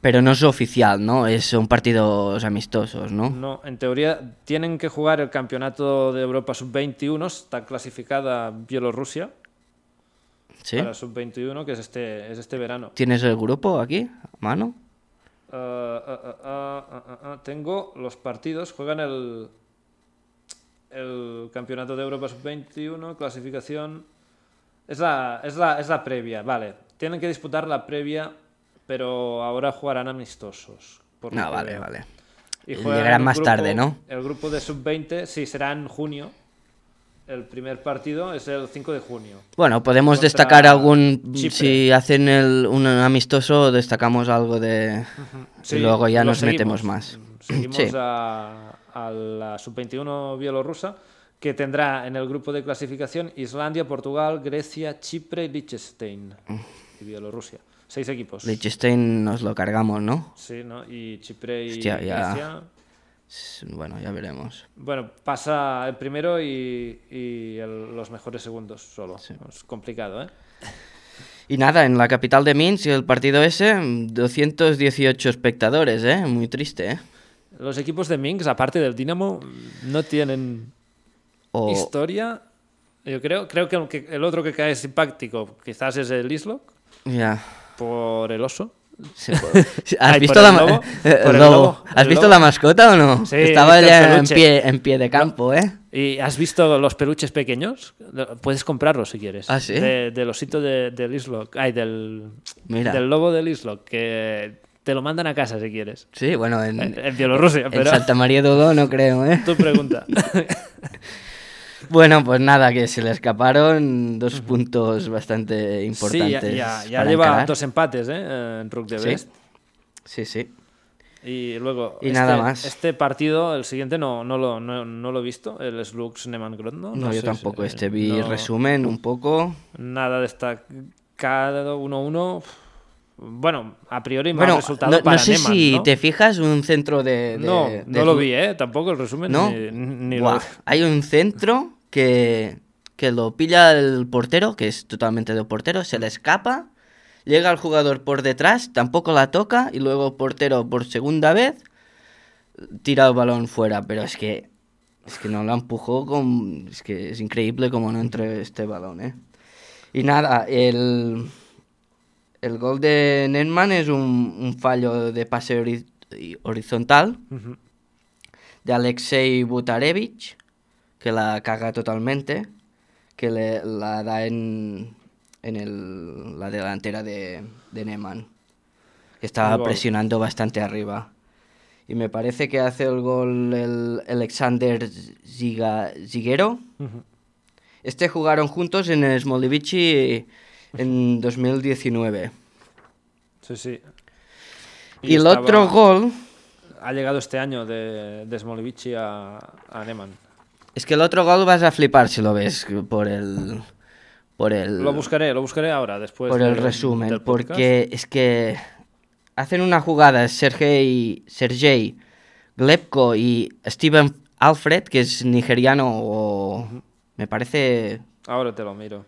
Pero no es oficial, ¿no? Es, son partidos amistosos, ¿no? No, en teoría tienen que jugar el campeonato de Europa sub-21. Está clasificada Bielorrusia Sí. para sub-21, que es este, es este verano. ¿Tienes el grupo aquí a mano? Ah, ah, ah, ah, ah, ah, ah. tengo los partidos, juegan el, el Campeonato de Europa Sub-21, clasificación. Es la, es, la, es la previa, vale. Tienen que disputar la previa, pero ahora jugarán amistosos. por lo No, que Ah, vale, veo. vale. Y Llegarán juegan el más tarde, ¿no? El grupo de Sub-20, sí, será en junio. El primer partido es el 5 de junio. Bueno, podemos Contra destacar algún... Chipre. Si hacen el, un amistoso, destacamos algo de... Sí, y luego ya lo nos metemos seguimos. más. Seguimos Sí. a, a la sub-21 bielorrusa, que tendrá en el grupo de clasificación Islandia, Portugal, Grecia, Chipre, Liechtenstein y Bielorrusia. Seis equipos. Liechtenstein nos lo cargamos, ¿no? sí, ¿no? Y Chipre y Hostia, ya. Grecia. S- Bueno, ya veremos. Bueno, pasa el primero y, y el- los mejores segundos solo. Es complicado, ¿eh? Y nada, en la capital de Minsk, el partido ese, 218 espectadores, ¿eh? Muy triste, ¿eh? Los equipos de Minsk, aparte del Dinamo, no tienen O- historia. Yo creo, creo que aunque el otro que cae simpático quizás es el Islok Ya. por el oso. Sí, por- ¿Has Ay, visto por la el ma- lobo, eh, por el el lobo. lobo, ¿Has el visto lobo. la mascota o no? Sí, Estaba viste el ya en peluche. pie, en pie de campo, ¿eh? ¿Y has visto los peluches pequeños? Lo- Puedes comprarlos si quieres. Ah, ¿sí? De- del osito de- del Islok. Ay, del, Mira. del lobo del Islok, que te lo mandan a casa si quieres. Sí, bueno, en, En, en Bielorrusia, en Eh, pero Santa María de Odó no creo, ¿eh? tu pregunta. Bueno, pues nada, que se le escaparon dos puntos bastante sí, ya, importantes. ya- ya para lleva encarar. dos empates ¿eh? en Rook de Sí. Best. Sí, sí. Y luego. Y este, nada más. Este partido, el siguiente, no, no, lo, no, no lo he visto. El Slugs Neman Grodno. No, yo sé tampoco. si- este vi no- resumen un poco. Nada destacado, 1-1. Bueno, a priori mal Bueno, resultado no, no para sé Neman, si ¿no? te fijas un centro de. de- no, de no lo Slu- vi, ¿eh? Tampoco el resumen. ¿No? Ni, ni Buah, lo... Hay un centro que, que lo pilla el portero, que es totalmente de portero, se le escapa, llega el jugador por detrás, tampoco la toca, y luego el portero por segunda vez tira el balón fuera. Pero es que, es que no la empujó con... Es que es increíble cómo no entra este balón, ¿eh? Y nada, el... El gol de Nenman es un, un fallo de pase hori- horizontal, Ujú. de Alexei Butarevich, que la caga totalmente, que le, la da en, en el- la delantera de, de Neman, que estaba Gol. presionando bastante arriba. Y me parece que hace el gol el Alexander Ziga, Ziguero. Ujú. Este jugaron juntos en Smolivici en 2019. Sí, sí. Y, el otro estaba- gol Ha llegado este año de, de Smolevici a, a Neman. Es que el otro gol vas a flipar si lo ves por el. Por el. Lo buscaré, lo buscaré ahora, después. por el del- resumen. del podcast. porque es que. Hacen una jugada Sergei, Sergei Glebko y Steven Alfred, que es nigeriano o. Me parece. Ahora te lo miro.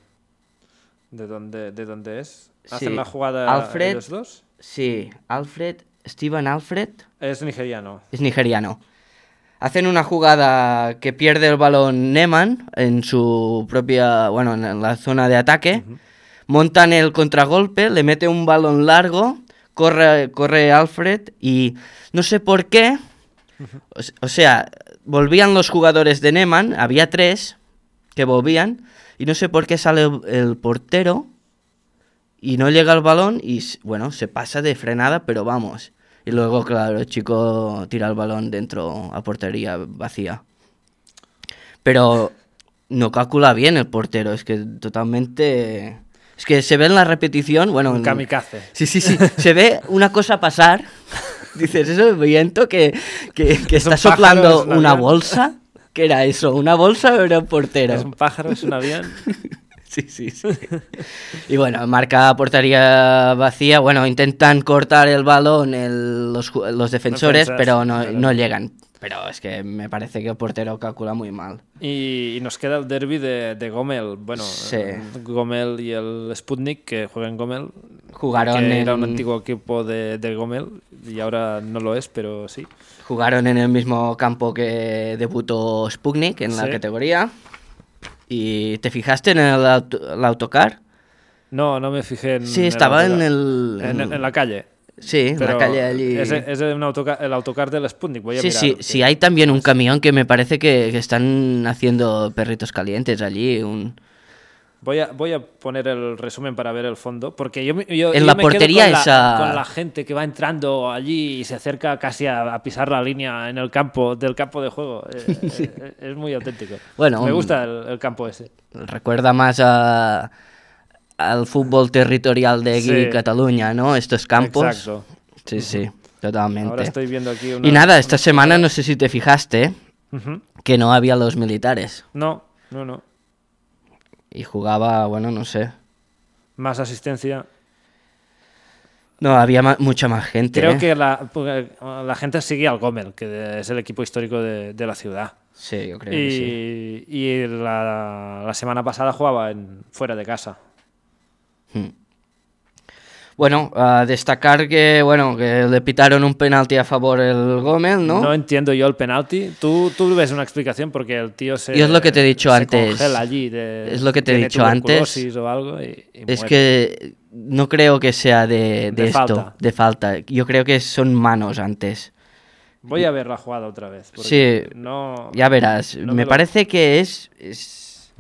¿De dónde, de dónde es? ¿Hacen Sí. la jugada Alfred- ellos dos? Sí, Alfred. Steven Alfred Es nigeriano. es nigeriano. Hacen una jugada que pierde el balón Neman en su propia, bueno, en la zona de ataque. Montan el contragolpe, le mete un balón largo, corre, corre Alfred y no sé por qué. O, se- o sea, volvían los jugadores de Neman, había tres que volvían y no sé por qué sale el- el portero y no llega el balón y s- bueno, se pasa de frenada, pero vamos. Y luego, claro, el chico tira el balón dentro a portería vacía. Pero no calcula bien el portero, es que totalmente... Es que se ve en la repetición, bueno... Un en- kamikaze. Sí, sí, sí, se ve una cosa pasar. Dices, eso es viento que, que, que está un pájaro, soplando es un una avión. bolsa. ¿Qué era eso? ¿Una bolsa o era un portero? Es un pájaro, es un avión. Sí, sí, sí. Y bueno, marca portería vacía. Bueno, intentan cortar el balón el- los, ju- los defensores, Defensas, pero no, claro. no llegan. Pero es que me parece que el portero calcula muy mal. Y, y nos queda el derby de, de Gomel. Bueno, Sí. eh, Gomel y el Sputnik que juegan en Gomel. Jugaron que era un en- antiguo equipo de, de Gomel y ahora no lo es, pero sí. Jugaron en el mismo campo que debutó Sputnik en la Sí. categoría. ¿Y te fijaste en el, auto- el autocar? No, no me fijé en. Sí, el estaba en autocar. el... En, en la calle. Sí, en la Pero calle allí. Es, es un autoca- el autocar del Sputnik. Voy a Sí, mirar, sí, que- sí, hay también un camión que me parece que, que están haciendo perritos calientes allí. Un... Voy a, voy a poner el resumen para ver el fondo, porque yo, me- yo- En yo la me quedo portería con la- esa- con la gente que va entrando allí y se acerca casi a, a pisar la línea en el campo del campo de juego. Eh, eh, eh, es muy auténtico. Bueno, me un- gusta el, el campo ese. Recuerda más a- al fútbol territorial de aquí, Sí. Cataluña, ¿no? Estos campos. Exacto. Sí, sí, totalmente. Ahora estoy viendo aquí una- Y nada, esta semana no sé si te fijaste Ujú. que no había los militares. No, no, no. Y jugaba, bueno, no sé. Más asistencia. No, había ma- mucha más gente. Creo ¿eh? que la, porque la gente sigue al Gomel, que es el equipo histórico de- de la ciudad. Sí, yo creo que sí. Y, y la, la semana pasada jugaba en, fuera de casa. Bueno, a destacar que, bueno, que le pitaron un penalti a favor el Gómez, ¿No? entiendo yo el penalti. Tú, tú ves una explicación porque el tío se. Y es lo que te he dicho se antes. congela allí. de- Es lo que te he tiene dicho antes. tuberculosis o algo y- y Es muere. que no creo que sea de, de De esto, falta. de falta. Yo creo que son manos antes. Voy a ver la jugada otra vez. Sí. Sí. No. Ya verás, No me me lo- parece que es, es,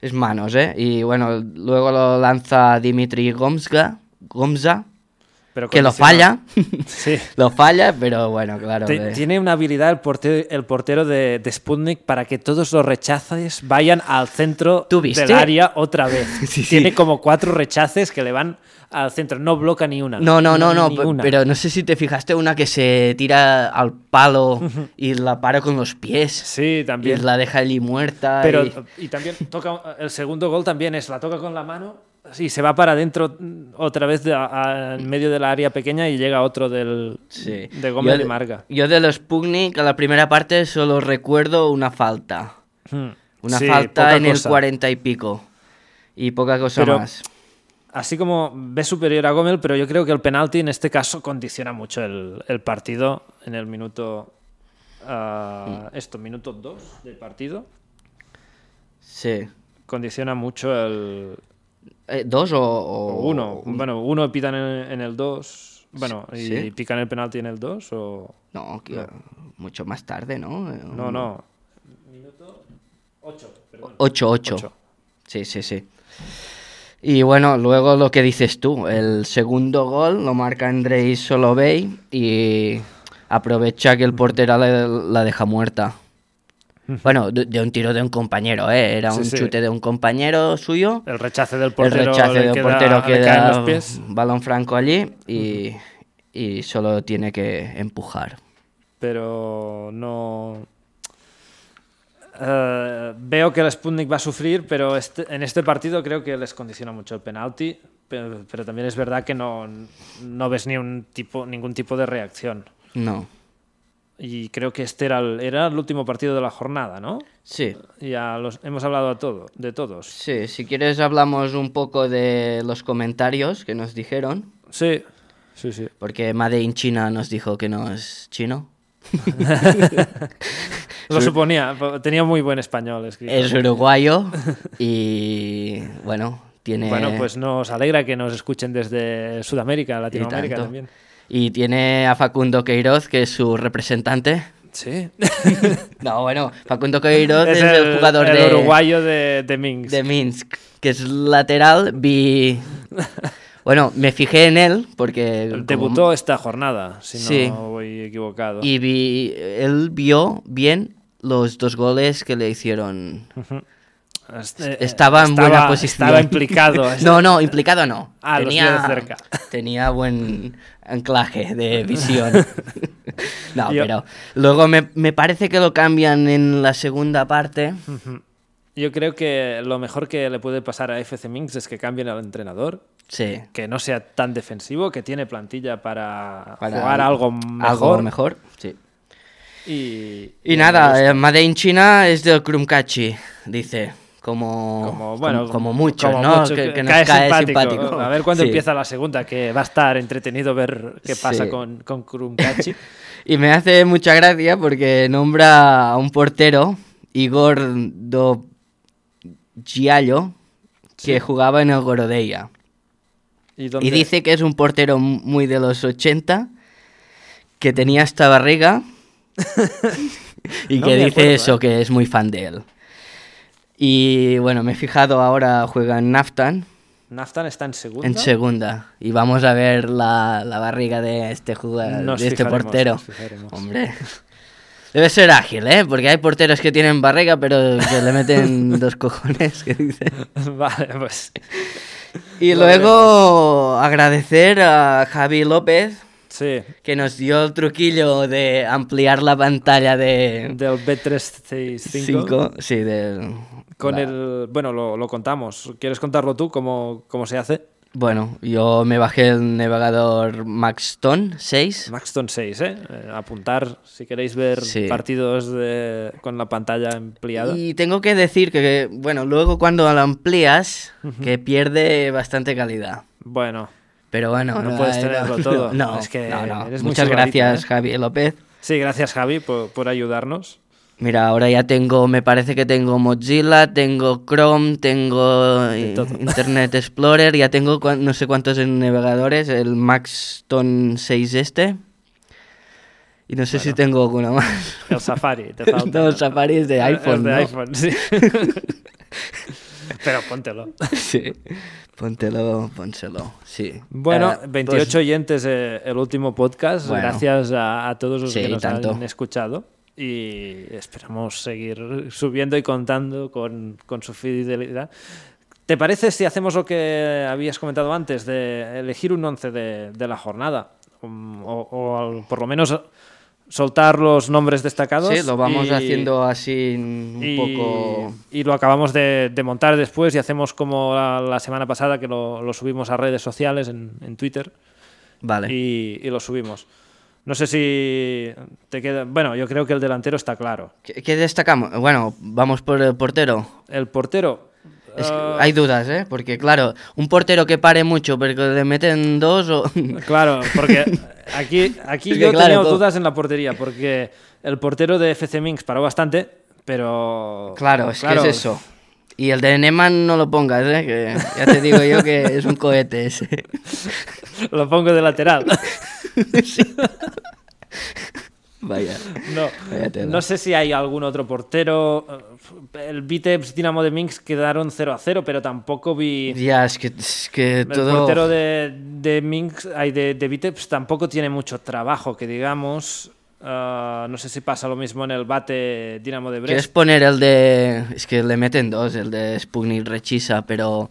es manos, ¿eh? Y bueno, luego lo lanza Dimitri Gomzga, Gomza, Pero que lo condiciona- falla, Sí. lo falla, pero bueno, claro. Te- eh, Tiene una habilidad el portero, el portero de, de Sputnik para que todos los rechaces vayan al centro ¿Tú viste? del área otra vez. Sí, sí. Tiene como cuatro rechaces que le van al centro. No bloca ni una. No, no, no, no, pe- ninguna. pero no sé si te fijaste una que se tira al palo y la para con los pies. Sí, Y también. la deja allí muerta. Pero, y- y también toca el segundo gol también es la toca con la mano y se va para adentro mm, otra vez de- a- en medio de la área pequeña y llega otro del Sí. de Gómez Yo y marca. Yo de los Pugnic, a la primera parte solo recuerdo una falta. Hmm. Una Sí, falta poca en el cosa. 40 y pico. Y poca cosa Pero- más. Así como ve superior a Gómez, pero yo creo que el penalti en este caso condiciona mucho el, el partido en el minuto. ah, esto, minuto 2 del partido. Sí. Condiciona mucho el. Eh, ¿Dos o, o o- uno. Bueno, uno pitan en, en el 2. Bueno, y, ¿Sí? pican el penalti en el 2 o. No, que- mucho más tarde, ¿no? Eh, No, no. Minuto 8, perdón. Ocho, ocho. Ocho. Sí, sí, sí. Y bueno, luego lo que dices tú, el segundo gol lo marca Andrei Solovey y aprovecha que el portero la, la deja muerta. Bueno, de, de un tiro de un compañero, ¿eh? Era Sí, un sí. chute de un compañero suyo. El rechace del portero. el rechace le del queda- portero le caen queda los pies. balón franco allí y, y solo tiene que empujar. pero no. Eh, veo que el Sputnik va a sufrir, pero este- en este partido creo que les condiciona mucho el penalti. Pero, pero también es verdad que no, no ves ni un tipo, ningún tipo de reacción. No. Y creo que este era el, era el último partido de la jornada, ¿no? Sí, Ya los, hemos hablado a todo, de todos. sí, si quieres hablamos un poco de los comentarios que nos dijeron. Sí, sí, sí. Porque Made in China nos dijo que no es chino. Lo suponía, po- tenía muy buen español escrito. Es uruguayo y bueno, tiene... Bueno, pues nos alegra que nos escuchen desde Sudamérica, y Latinoamérica tanto. también. Y tiene a Facundo Queiroz, que es su representante. Sí. No, bueno, Facundo Queiroz es, es el, el, jugador el de, uruguayo de, de Minsk. de Minsk, que es lateral. Vi... Bueno, me fijé en él porque... como- Debutó esta jornada, si Sí. no voy equivocado. Y vi... él vio bien los dos goles que le hicieron. Este- Estaba en buena posición. Estaba implicado. No, no, implicado no. Ah, los vio de cerca. Tenía buen anclaje de visión. no, Yo- pero luego me, me parece que lo cambian en la segunda parte. Hmm. Yo creo que lo mejor que le puede pasar a FC Minsk es que cambien al entrenador, Sí. que no sea tan defensivo, que tiene plantilla para, para jugar algo Algo mejor. mejor, sí. Y, Y y me nada, gusta. eh, Made in China es del Krumkachi, dice. Como, Oh, Como, bueno, como, como muchos, como ¿no? mucho, que, que nos cae Oh, cae, simpático. A ver cuándo Sí. empieza la segunda, que va a estar entretenido ver qué pasa Sí. con, con Krumkachi. Y me hace mucha gracia porque nombra a un portero, Igor Do Giallo, que jugaba en el Gorodeia. Y, Y dónde- dice que es un portero muy de los 80, que tenía esta barriga y No que me dice acuerdo, ¿eh? eso, que es muy fan de él. Y bueno, me he fijado ahora, juega en Naftan, Naftan está en segunda. en segunda. Y vamos a ver la, la barriga de este jugador, Nos de este fijaremos, portero. nos fijaremos. Hombre. Debe ser ágil, ¿eh? Porque hay porteros que tienen barriga, pero que le meten dos cojones, que dice. vale, pues. Y luego agradecer a Javi López, Sí. que nos dio el truquillo de ampliar la pantalla de Del B365. 5. Sí, del... Con la- el. Bueno, lo, lo contamos. ¿Quieres contarlo tú cómo, cómo se hace? Bueno, yo me bajé el navegador Maxton 6. Maxton 6, ¿eh? Eh, Apuntar si queréis ver Sí. partidos de- con la pantalla ampliada. Y tengo que decir que, bueno, luego cuando lo amplías, que pierde bastante calidad. Bueno. Pero bueno, No puedes hay- tenerlo todo. No, Es que no, no. eres muy Muchas surrealista, gracias, ¿eh? Javi López. Sí, gracias, Javi, por, por ayudarnos. Mira, ahora ya tengo, me parece que tengo Mozilla, tengo Chrome, tengo eh, todo. Internet Explorer, ya tengo cua- no sé cuántos navegadores, el Maxton 6 este. Y no sé si tengo alguno más. El Safari, te falta. Ah, Los safaris de El- el iPhone. de ¿no? iPhone, sí. Pero póntelo. Sí, póntelo, pónselo, sí. Bueno, Eh, pues, 28 oyentes eh, el último podcast. Bueno. Gracias a, a todos los Sí, que nos tanto. han escuchado. Y esperamos seguir subiendo y contando con, con su fidelidad. ¿Te parece si hacemos lo que habías comentado antes, de elegir un once de, de la jornada? Mm, O, o al- por lo menos soltar los nombres destacados. sí, lo vamos y- haciendo así un y, poco... y lo acabamos de, de montar después y hacemos como la, la semana pasada que lo, lo subimos a redes sociales, en, en Twitter, Vale. y, y lo subimos. No sé si te queda... Bueno, yo creo que el delantero está claro. ¿Qué, qué destacamos? Bueno, vamos por el portero. El portero... Es que ah, hay dudas, ¿eh? Porque, claro, un portero que pare mucho, pero que le meten dos o... Claro, porque aquí, aquí Es que yo claro, tenía todo- dudas en la portería, porque el portero de FC Minx paró bastante, pero... Claro, es que es eso. Y el de Neman no lo pongas, ¿eh? Que ya te digo yo que es un cohete ese. Lo pongo de lateral. Vaya. No, Vaya tela. no sé si hay algún otro portero. El Vitebs Dinamo de Minsk quedaron 0 a 0, pero tampoco vi. Ya, es que, es que El todo... portero de, de Minsk, ay, de, de Vitebs, tampoco tiene mucho trabajo, que digamos. Ah, no sé si pasa lo mismo en el bate Dinamo de ¿Quieres Brest. poner el de... Es que le meten dos, el de Sputnik Rechisa, pero...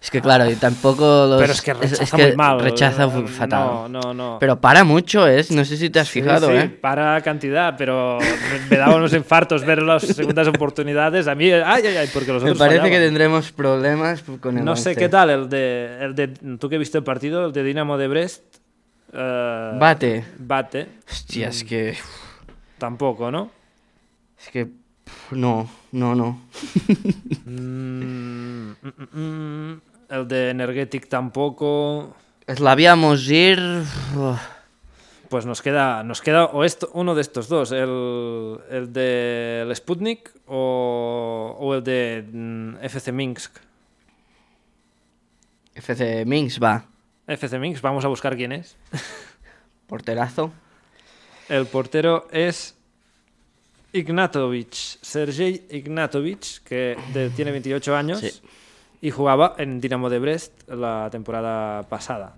Es que claro, y tampoco los... Pero es que rechaza muy mal. Rechaza fu- No, fatal. no, no. Pero para mucho, ¿eh? No sé si te has Sí, fijado, sí, ¿eh? Para cantidad, pero me- me daba unos infartos ver las segundas oportunidades. A mí, ay, ay, ay, porque los Me otros parece que fallaban. tendremos problemas con el No sé once. qué tal el de, el de. Tú que viste el partido, el de Dinamo de Brest. eh, Bate. Bate. Hostia, es que... Tampoco, ¿no? Es que... pff, No, no, no. Mm, mm, mm, mm. el de Energetic tampoco. Slaviamos ir... uf, Pues nos queda, nos queda o esto, uno de estos dos, el, el del Sputnik o, o el de mm, FC Minsk. FC Minx va. FC Minsk, vamos a buscar quién es. Porterazo. El portero es Ignatovic, Sergei Ignatovic, que de- tiene 28 años Sí. y jugaba en Dinamo de Brest la temporada pasada.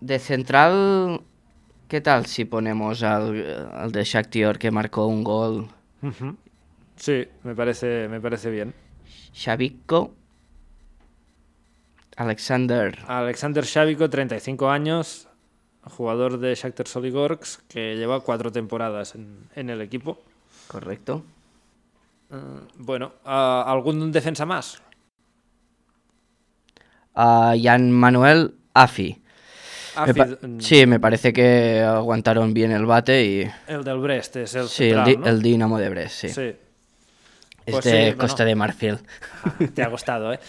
De central... ¿Qué tal si ponemos al, al de Shakhtar que marcó un gol? Sí, me parece, me parece bien. Xavico. Alexander. Alexander Xavico, 35 años, jugador de Shakhtar Soligorsk, que lleva cuatro temporadas en, en el equipo. Eh, Correcto. Bueno, ah, ¿algún defensa más? A Jan Manuel Afi. Me pa- Afid- mm, sí, me parece que aguantaron bien el bate y... El del Brest es el Sí, el, central, di- ¿no? el Dinamo de Brest, sí. Sí. Es Pues de sí, bueno. Costa de Marfil. Te ha gustado, ¿eh?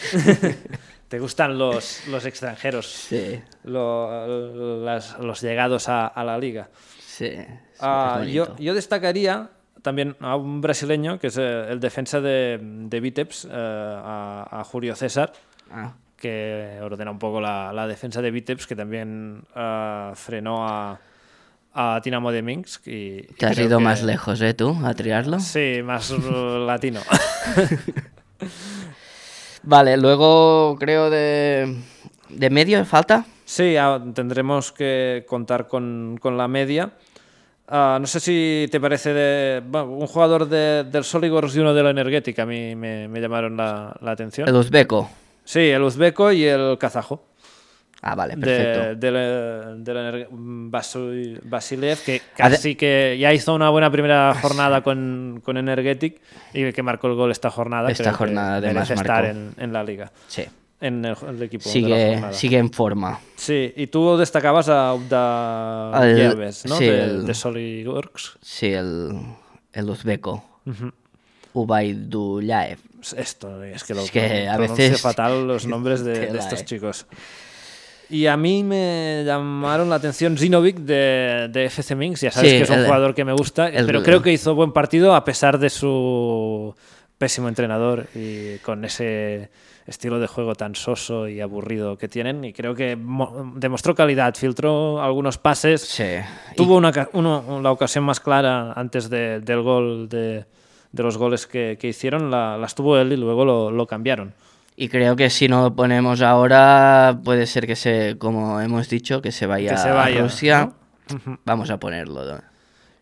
Te gustan los, los extranjeros, Sí, lo- las- los llegados a, a la liga. sí. es- Ah, es yo, bonito. yo destacaría también a un brasileño, que es eh, el defensa de, de Vitebs, eh, a, a Julio César, Ah, que ordena un poco la, la defensa de Vitebs, que también ah, frenó a, a Dinamo de Minsk. Y, y te has creo ido que- más lejos, ¿eh, tú? A triarlo. Sí, más eh, latino. Vale, luego creo de... ¿De medio falta? Sí, ah, tendremos que contar con, con la media. Ah, no sé si te parece de, bueno, un jugador de- del Soligorsk y uno de la Energética. A mí me, me llamaron la, la atención. El uzbeco. Sí, el uzbeco y el kazajo. Ah, vale, perfecto. De, de la- de la Ener- Basu- Basilev, que casi que ya hizo una buena primera jornada con, con Energetic y que marcó el gol esta jornada. Esta creo que jornada, además, merece estar marcó. en, en la liga, Sí. en el, el equipo. de la Sigue, jornada. sigue en forma. Sí, y tú destacabas a Ubda Al- Yerves, ¿no? sí, de, el- de Soligorsk. Sí, el, el uzbeco. Ubaidulaev. Pues Esto, es que lo Es que a pronuncio veces- fatal los nombres de, de Tela, estos eh. chicos. Y a mí me llamaron la atención Zinovic de, de FC Minx. Ya sabes Sí, que es un el- jugador que me gusta, el- pero creo que hizo buen partido a pesar de su pésimo entrenador y con ese estilo de juego tan soso y aburrido que tienen. Y creo que mo- demostró calidad, filtró algunos pases. Sí. Y- Tuvo una, ca- uno- la ocasión más clara antes de- del gol de, de los goles que, que hicieron la, las tuvo él y luego lo, lo cambiaron. Y creo que si no lo ponemos ahora, puede ser que se, como hemos dicho, que se vaya, Que se vaya, a Rusia. ¿no? Vamos a ponerlo. ¿no?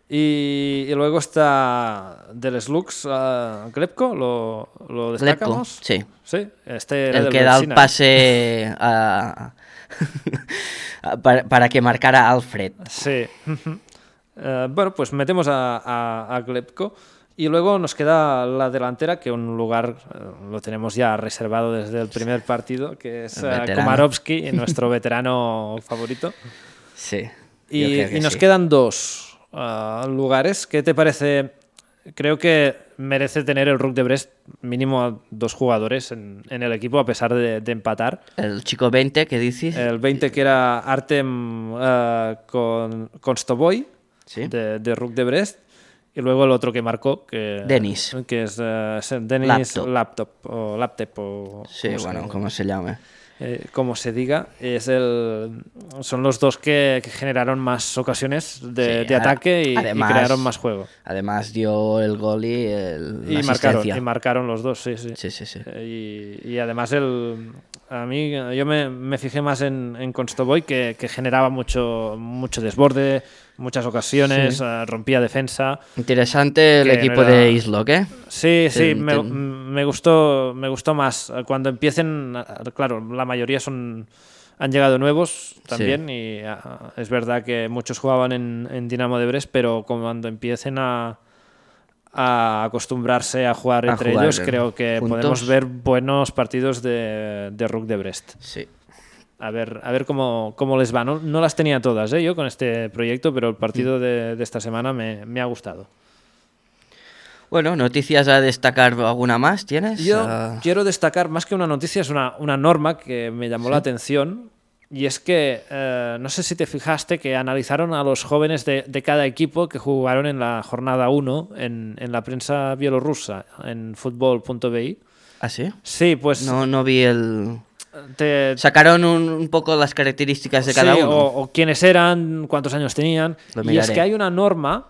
Y, y luego está del Slux a Glepko, lo, lo Lepko, destacamos. sí. Sí, este era El del que da el Vecina. pase a- a- para, para que marcara Alfred. Sí. Eh, bueno, pues metemos a, a, a Glepko. Y luego nos queda la delantera, que un lugar eh, lo tenemos ya reservado desde el primer partido, que es El eh, veterano. Komarovsky, nuestro veterano favorito. Sí. yo Y, creo que y nos sí. quedan dos ah, lugares. ¿Qué te parece? Creo que merece tener el Rook de Brest mínimo a dos jugadores en, en el equipo, a pesar de, de empatar. El chico 20 que dices. El 20 que era Artem ah, con Constoboy, Sí. de, de Rook de Brest. Y luego el otro que marcó, que, Denis. que es eh, Denis Laptop. Laptop. o Laptop, o Sí, como se- bueno, ¿cómo se llama? eh, como se diga, es el, son los dos que, que generaron más ocasiones de, Sí, de a- ataque y, y además- crearon más juego. Además dio el gol y el, Y la marcaron, asistencia. y marcaron los dos, sí, sí. Sí, sí, sí. Eh, Y, y además el, a mí eh, yo me, me fijé más en, en Constoboy que, que generaba mucho, mucho desborde, muchas ocasiones, eh, rompía defensa. Interesante el que equipo era- de Islock, ¿eh? Sí, sí, Ten- me, ten- me gustó, me gustó más. Cuando empiecen, claro, la mayoría son han llegado nuevos también y ah, es verdad que muchos jugaban en, en Dinamo de Brest, pero cuando empiecen a, a acostumbrarse a jugar A entre jugar, ellos, eh, creo que juntos. podemos ver buenos partidos de, de Rook de Brest. Sí. A ver, a ver cómo, cómo les va. No, no las tenía todas ¿eh? yo con este proyecto, pero el Mm. partido de, de esta semana me, me ha gustado. Bueno, noticias a destacar, ¿alguna más tienes? Yo Ah, quiero destacar, más que una noticia, es una, una norma que me llamó la atención. Y es que, eh, no sé si te fijaste, que analizaron a los jóvenes de, de cada equipo que jugaron en la jornada 1 en, en la prensa bielorrusa, en fútbol.bi. ¿Ah, sí? Sí, pues No, no vi el... te, Sacaron un, un poco las características de Sí, cada uno. O, o quiénes eran, cuántos años tenían. Lo Y es miraré. que hay una norma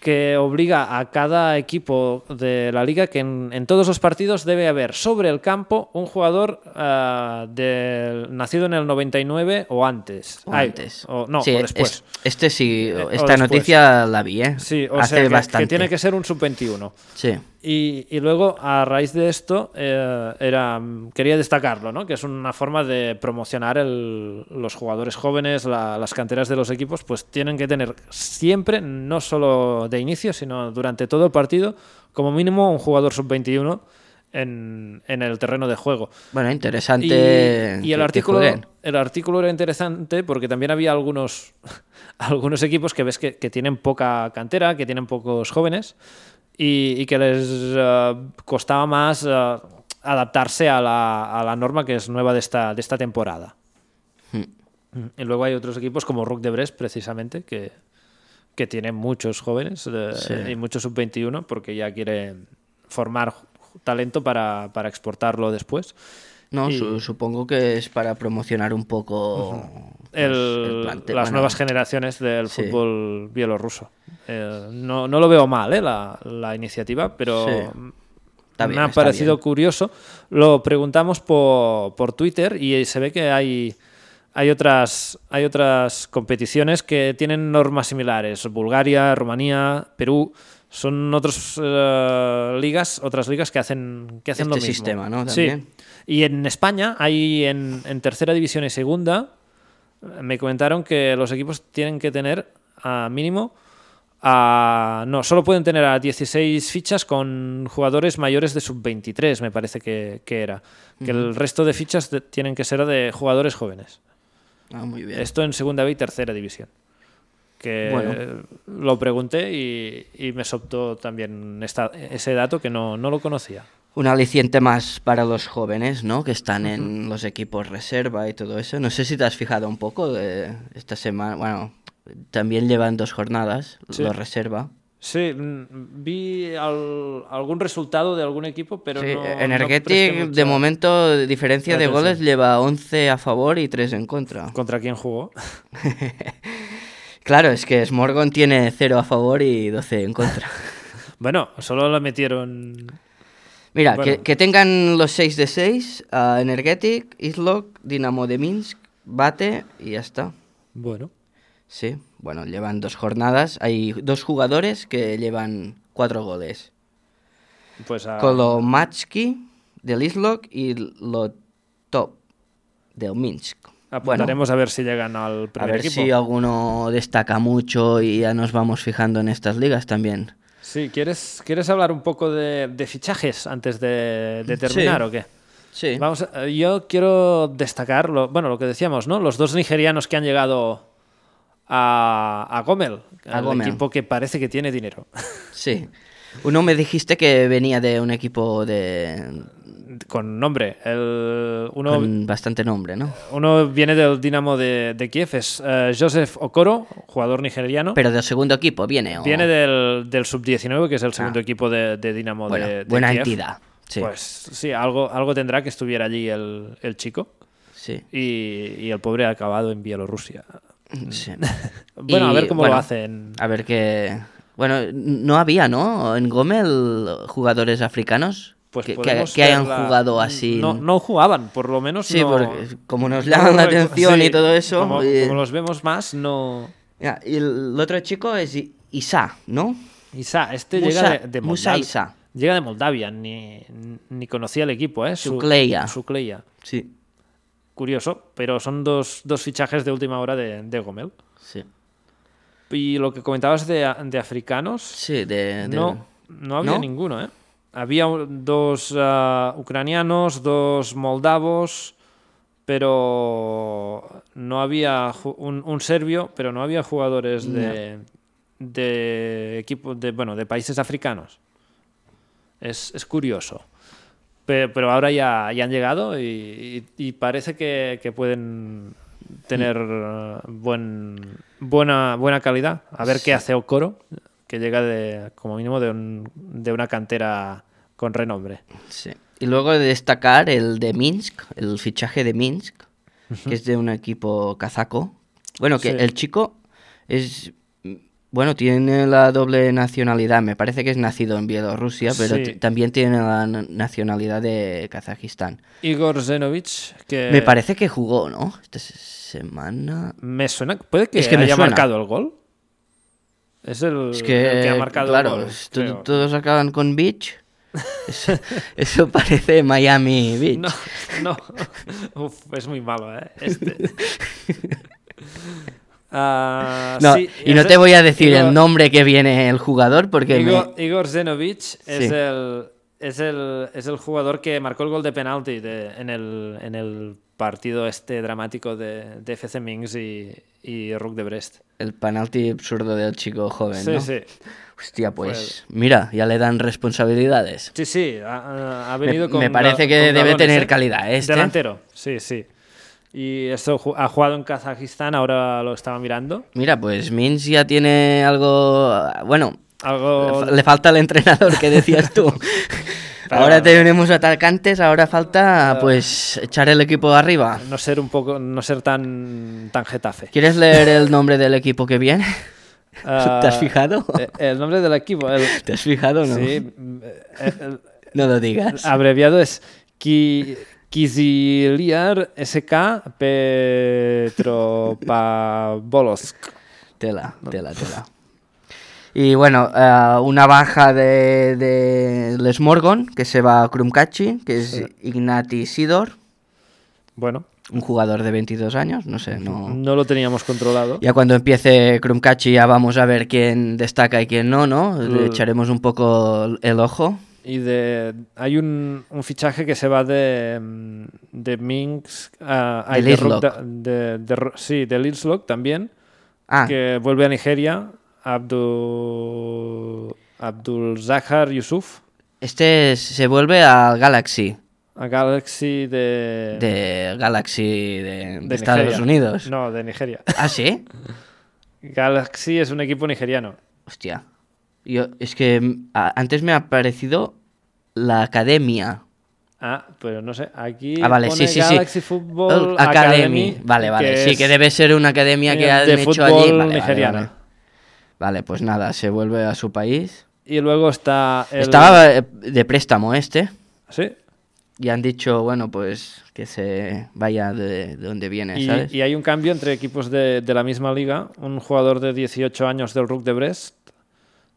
que obliga a cada equipo de la liga que en, en todos los partidos debe haber sobre el campo un jugador ah, del- nacido en el 99 o antes. O Ay, antes. o- no, Sí, o después. Eh, es- este sí, o esta después. noticia la vi, ¿eh? Sí, o Hace sea, que- que, bastante. tiene que ser un sub-21. Sí. Y, y luego, a raíz de esto, eh, era, quería destacarlo, ¿no? que es una forma de promocionar el- los jugadores jóvenes, la- las canteras de los equipos, pues tienen que tener siempre, no solo de inicio, sino durante todo el partido, como mínimo un jugador sub-21 en, en el terreno de juego. Bueno, Y, interesante. y el, que- que artículo, jueguen. el artículo era interesante porque también había algunos, algunos equipos que ves que, que tienen poca cantera, que tienen pocos jóvenes y, y que les eh, costaba más eh, adaptarse a la, a la norma que es nueva de esta, de esta temporada. Hmm. Mm. Y luego hay otros equipos como Rook de Brest, precisamente, que, que tienen muchos jóvenes eh, Sí. y muchos sub-21 porque ya quieren formar ju- talento para, para exportarlo después. No, y- su- supongo que es para promocionar un poco pues, el- el plante- las bueno, nuevas generaciones del sí. fútbol bielorruso. Eh, no, no lo veo mal, eh, la, la iniciativa, pero Sí. Está me bien, ha está parecido bien. curioso. Lo preguntamos por, por Twitter y se ve que hay, hay, otras, hay otras competiciones que tienen normas similares. Bulgaria, Rumanía, Perú. Son otras ligas, otras ligas que hacen, que hacen Este lo mismo. sistema, ¿no? Sí. También. Y en España hay en, en tercera división y segunda. Me comentaron que los equipos tienen que tener a mínimo a. No, solo pueden tener a 16 fichas con jugadores mayores de sub-23, me parece que, que era. Que el resto de fichas de- tienen que ser de jugadores jóvenes. Ah, muy bien. Esto en segunda B y tercera división. Que Bueno. lo pregunté y, y me soltó también esta- ese dato que no, no lo conocía. Un aliciente más para los jóvenes, ¿no? Que están en los equipos reserva y todo eso. No sé si te has fijado un poco de esta semana. Bueno, también llevan dos jornadas Sí. los reserva. Sí, mm, vi al- algún resultado de algún equipo, pero Sí, e-, no. no Energetic, presté de mucha- momento, de diferencia de atención. goles, lleva 11 a favor y 3 en contra. ¿Contra quién jugó? Claro, es que Smorgon tiene 0 a favor y 12 en contra. Bueno, solo lo metieron. Mira, Bueno. que, que tengan los 6 de 6, a Energetic, Islok, Dinamo de Minsk, Bate y ya está. Bueno. Sí, bueno, llevan dos jornadas. Hay dos jugadores que llevan cuatro goles. Pues a- Kolomatsky del Islok y Lotop del Minsk. Bueno, apuntaremos a ver si llegan al a primer ver equipo. si alguno destaca mucho y ya nos vamos fijando en estas ligas también. Sí, ¿quieres, ¿quieres hablar un poco de, de fichajes antes de, de terminar Sí. o qué? Sí. Vamos, a- eh, yo quiero destacar lo, bueno, lo que decíamos, ¿no? Los dos nigerianos que han llegado a, a Gomel, A al Gomel. equipo que parece que tiene dinero. Sí. Uno me dijiste que venía de un equipo de Con nombre. El, uno, con bastante nombre, ¿no? uno viene del Dinamo de, de Kiev, es eh, Joseph Okoro, jugador nigeriano. Pero del segundo equipo viene. ¿o? Viene del, del Sub-19, que es el segundo Ah. equipo de, de Dinamo Bueno, de, de buena Kiev. entidad. Sí. Pues sí, algo, algo tendrá que estuviera allí el, el chico. sí. Y, y el pobre ha acabado en Bielorrusia. sí. mm. Bueno, a Y, ver cómo bueno, lo hacen. A ver qué. Bueno, no había, ¿no? En Gomel jugadores africanos Pues que, que- podemos que hayan verla- jugado así. No, no jugaban, por lo menos. Sí, no- porque como nos llaman la no- atención y sí, todo eso. Como, eh, como los vemos más, no. ya, y el otro chico es I- Isa, ¿no? Isa, este Musa- llega de, de Musa Moldavia. Isa. Llega de Moldavia, ni, ni conocía el equipo, ¿eh? Su- Sucleia. Sucleia. Sí. Curioso, pero son dos, dos fichajes de última hora de, de Gomel. Sí, Y lo que comentabas de, de africanos, sí de, de- no, no había ¿No? ninguno, ¿eh? Había un- dos ah, ucranianos, dos moldavos, pero no había ju- un, un serbio, pero no había jugadores de, de equipo de bueno de países africanos. Es, es curioso. Pe- Pero, ahora ya, ya han llegado y, y- y parece que, que pueden tener Mm. eh, buen, buena, buena calidad. A ver qué hace Okoro, que llega de, como mínimo de, un- de una cantera con renombre. sí. Y luego de destacar el de Minsk, el fichaje de Minsk, que es de un equipo kazaco. Bueno, que Sí. el chico es. Bueno, tiene la doble nacionalidad. Me parece que es nacido en Bielorrusia, pero Sí. t- también tiene la na- nacionalidad de Kazajistán. Igor Zenovich, que Me parece que jugó, ¿no? Esta se- semana. me suena, puede que, Es que me haya suena. marcado el gol. Es el, Es que, el que ha marcado claro, el gol. es- to- creo. todos acaban con Beach. Eso, eso parece Miami Beach. No, no. Uf, es muy malo, ¿eh? Este. Ah, No, sí, y no ese- te voy a decir Igor- el nombre que viene el jugador porque me- Igor, Igor Zenovich es, Sí. el, es, el, es el jugador que marcó el gol de penalti de- en, el, en el partido este dramático de, de FC Minsk y, y Rook de Brest. el penalti absurdo del chico joven, Sí, ¿no? sí. Hostia, pues mira, ya le dan responsabilidades. Sí, sí, ha, ha Me- venido con me ga- parece que con debe galones, tener ¿eh? calidad, ¿eh, este? Delantero, sí, sí. Y esto ju- ha jugado en Kazajistán, ahora lo estaba mirando. Mira, pues Mins ya tiene algo, bueno, Algo le falta el entrenador que decías tú. Ahora tenemos atacantes, ahora falta pues echar el equipo arriba. no ser un poco no ser tan tan getafe ¿Quieres leer el nombre del equipo que viene? Ah, ¿Te has fijado? eh, el nombre del equipo el, ¿Te has fijado o no? sí, mm, eh, el- No lo digas. abreviado es Ki- Kiziliar SK Petropavlovsk Tela, tela, tela. Y bueno, eh, una baja de, de Les Morgan, que se va a Krumkachi, que es Ignati Sidor, bueno un jugador de 22 años, no sé, no... no lo teníamos controlado Oh. Ya cuando empiece Krumkachi ya vamos a ver quién destaca y quién no, ¿no? Le Mm. echaremos un poco el- el ojo. y de hay un, un fichaje que se va de mm, de Minsk ah, ay, de Del Ro- Islok. de- de Ro- sí del Islok también Ah, que vuelve a Nigeria, Abdul, Abdul Zahar Yusuf, este se vuelve al Galaxy, a Galaxy de, de Galaxy de, de de Estados Nigeria. Unidos. No, de Nigeria. ¿Ah, sí? Galaxy es un equipo nigeriano. Hostia. Yo, es que mm, a- antes me ha parecido la academia. Ah, pero no sé, aquí Ah, vale, pone sí, sí, sí. Galaxy Football El- Academy. Academy. Vale, vale. sí, es que debe ser una academia que de han hecho fútbol allí. Vale, vale, nigeriana. Vale, Vale, pues nada, se vuelve a su país. Y luego está. el- Estaba eh, de préstamo este Sí. y han dicho, bueno, pues que se vaya de, de donde viene, Eh, ¿sabes? Y, y hay un cambio entre equipos de, de la misma liga. Un jugador de 18 años del Rook de Brest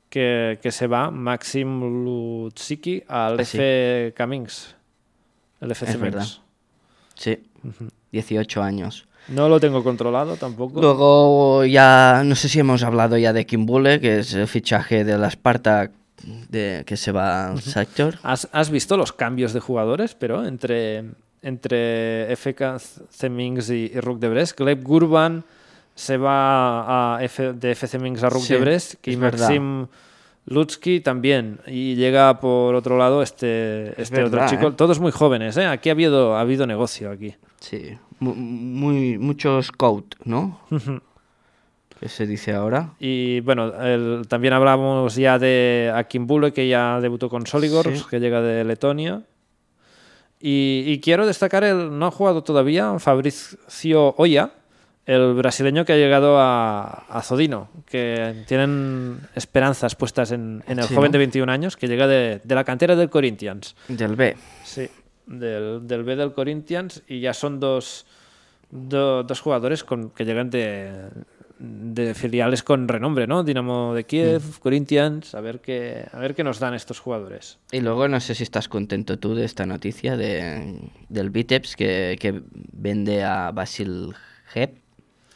que, que se va, Maxim Lutsiki, al Ah, sí. FC Camings. El FC Es verdad. Minsk. Sí, 18 años. No lo tengo controlado tampoco. Luego ya, no sé si hemos hablado ya de Kimbule, que es el fichaje de la Sparta de, que se va al Shakhtar. ¿Has, has visto los cambios de jugadores, pero entre, entre FK Zemings y, y Rook de Brest? Gleb Gurban se va a F- de FC Minsk a Rook Sí, de Brest y es verdad. Maxim Lutsky también. Y llega por otro lado este, este otro verdad, chico. ¿eh? Todos muy jóvenes, ¿eh? Aquí ha habido, ha habido negocio aquí. Sí, mu- muy, muchos coach, ¿no? que se dice ahora. Y bueno, el- también hablamos ya de Akimbule, que ya debutó con Soligor, Sí. que llega de Letonia. Y, y quiero destacar el no ha jugado todavía, Fabricio Oya, el brasileño que ha llegado a, a Zodino, que tienen esperanzas puestas en, en el Sí, joven ¿no? de 21 años, que llega de, de la cantera del Corinthians. Del B. Sí, del, del B del Corinthians y ya son dos, do- dos jugadores con, que llegan de, de filiales con renombre, ¿no? Dinamo de Kiev, Corinthians, a ver, qué, a ver qué nos dan estos jugadores. Y luego no sé si estás contento tú de esta noticia de, del Vitebs que, que vende a Basil Hep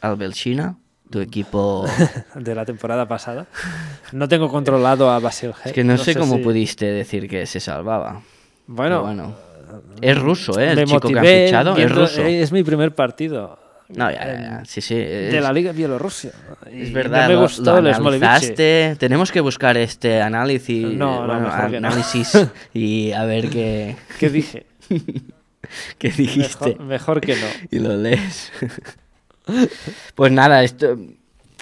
al Belchina, tu equipo. De la temporada pasada. No tengo controlado a Basil Es Hay, que no, sé, cómo si- pudiste decir que se salvaba. Bueno, Pero Es ruso, ¿eh? El me chico que motivé han fichado es viendo- ruso. eh, Es mi primer partido No, ya, ya, ya, Sí, sí. de es- la Liga Bielorrusia. Y Es verdad, no me lo- gustó lo el Smolivice. analizaste. Tenemos que buscar este análisis, No, no, bueno, mejor que no. análisis y a ver qué, ¿Qué dije? qué dijiste. Mejor- mejor que no. Y lo lees. pues nada, esto,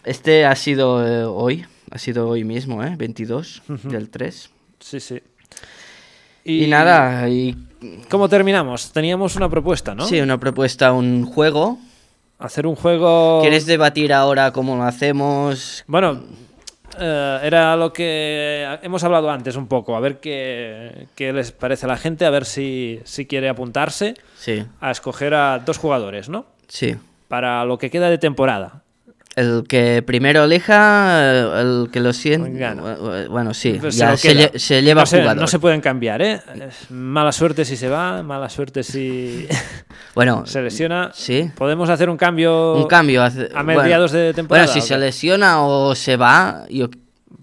este ha sido eh, hoy, ha sido hoy mismo, ¿eh? 22 del 3. Sí, sí. Y, nada, y, ¿Cómo terminamos? Teníamos una propuesta, ¿no? sí, una propuesta, un juego. Hacer un juego. ¿Quieres debatir ahora cómo lo hacemos? Bueno, eh, era lo que hemos hablado antes un poco. A ver qué, qué les parece a la gente, a ver si, si quiere apuntarse Sí, a escoger a dos jugadores, ¿no? sí. Para lo que queda de temporada. El que primero elija, eh, el que lo sienta. Pues Gana. Bueno, sí, Pues ya lo se, queda. lle- se lleva no se, jugador. no se pueden cambiar, ¿eh? Mala suerte si se va, mala suerte si Bueno, se lesiona. sí. Podemos hacer un cambio. Un cambio. hace- a mediados de temporada, Bueno, si ¿o se qué? lesiona o se va, yo-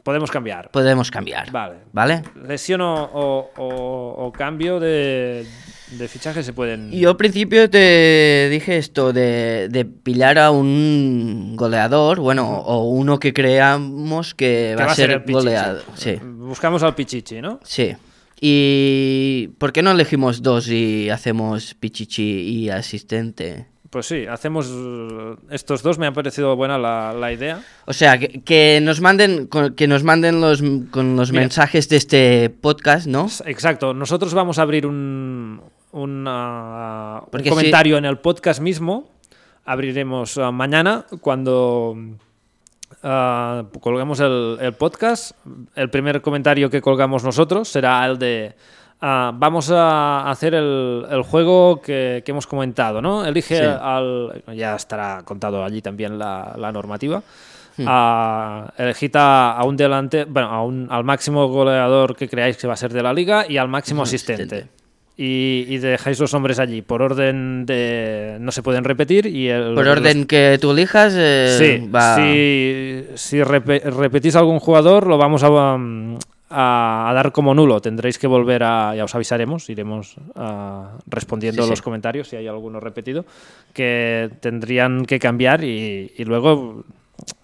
Podemos cambiar. podemos cambiar. Vale. ¿Vale? lesión o, o- o- o cambio de, de fichaje se pueden. Yo al principio te dije esto de, de pillar a un goleador, bueno, o uno que creamos que, que va, a ser Pichichi. goleado. Sí, Buscamos al Pichichi, ¿no? sí. ¿Y por qué no elegimos dos y hacemos pichichi y asistente? Pues sí, hacemos eh, estos dos. Me ha parecido buena la, la idea. O sea, que, que nos manden con- que nos manden los con los Mira. mensajes de este podcast, ¿no? Exacto. Nosotros vamos a abrir un, un, ah, un Porque si- comentario en el podcast mismo. Abriremos ah, mañana cuando ah, colgamos el, el podcast. El primer comentario que colgamos nosotros será el de ah, vamos a hacer el, el juego que, que hemos comentado, ¿no? Elige Sí. al... Ya estará contado allí también la, la normativa. Hmm. A, elegid a, a un delante, bueno, a un- al máximo goleador que creáis que va a ser de la liga y al máximo asistente. asistente. Y, y dejáis los hombres allí por orden de no se pueden repetir y el Por los- orden que tú elijas, eh, sí va. si, si repe- repetís algún jugador lo vamos a, um, a- a dar como nulo tendréis que volver a ya os avisaremos iremos ah, respondiendo Sí, sí. los comentarios si hay alguno repetido que tendrían que cambiar y, y luego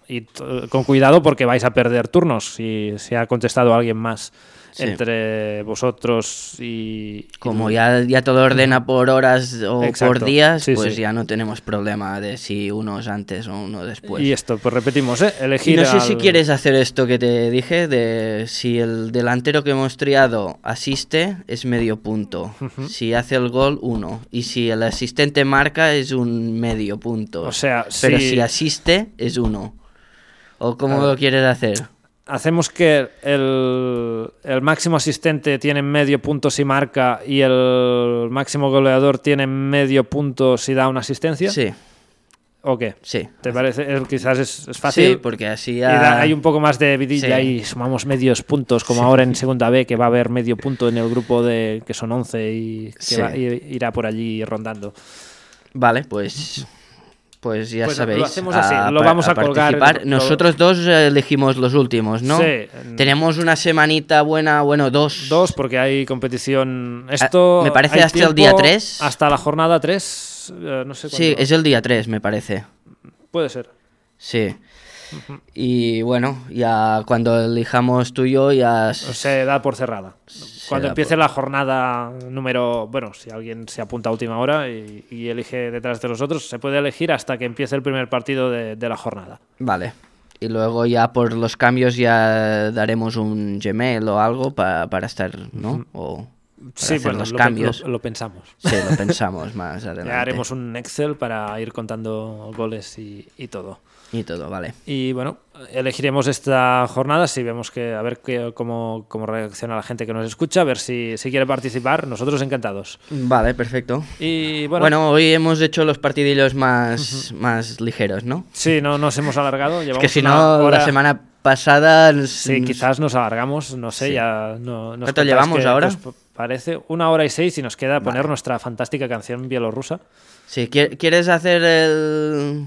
y t- con cuidado porque vais a perder turnos si se ha contestado alguien más Sí. entre vosotros y, Como ya, ya todo ordena por horas o Exacto, por días, sí, pues sí. ya no tenemos problema de si uno es antes o uno después. y esto pues repetimos ¿eh? Y elegir no sé al- si quieres hacer esto que te dije, de si el delantero que hemos triado asiste, es medio punto. Si hace el gol, uno. Y si el asistente marca, es un medio punto. O sea, Pero si- si asiste, es uno. ¿O cómo lo quieres hacer? hacemos que el, el máximo asistente tiene medio punto si marca y el máximo goleador tiene medio punto si da una asistencia? Sí, ¿O qué? sí. ¿Te parece? Eh, Quizás es, es fácil. Sí, porque así ya- Y da- hay un poco más de vidilla Sí. y sumamos medios puntos, como ahora en segunda B, que va a haber medio punto en el grupo de que son 11 y que Sí. va- y- irá por allí rondando. Vale, pues... Pues ya Pues lo sabéis. hacemos así, lo vamos a colgar en- participar. lo- Nosotros dos eh, elegimos los últimos, ¿no? Sí. Tenemos una semanita buena, bueno, dos. Dos, porque hay competición. Esto. Ah, me parece hay hasta el día tiempo tres. Hasta la jornada 3. no sé Sí, cuándo. es el día 3, me parece. Puede ser. Sí. Y bueno, ya cuando elijamos tú y yo, ya. s- Se da por cerrada. Cuando da empiece la jornada número. Bueno, si alguien se apunta a última hora y, y elige detrás de los otros, se puede elegir hasta que empiece el primer partido de, de la jornada. Vale. Y luego ya por los cambios ya daremos un Gmail o algo pa- para estar, ¿no? O para hacer bueno, los lo pe- cambios. lo- lo pensamos. Sí, lo pensamos más adelante. Ya haremos un Excel para ir contando goles y, y todo. Y todo, vale. Y bueno, elegiremos esta jornada si vemos que a ver qué- cómo, cómo reacciona la gente que nos escucha, a ver si, si quiere participar. Nosotros encantados. Vale, perfecto. Y bueno, Bueno, hoy hemos hecho los partidillos más, más ligeros, ¿no? sí, no nos hemos alargado. Es llevamos que si una no, hora- la semana pasada. nos- Sí, nos- quizás nos alargamos, no sé, ya no, nos Mm. ¿Cuánto contáis llevamos qué- ahora? qué os p- Parece una hora y seis y nos queda poner nuestra fantástica canción bielorrusa. Sí, ¿qui- ¿quieres hacer el...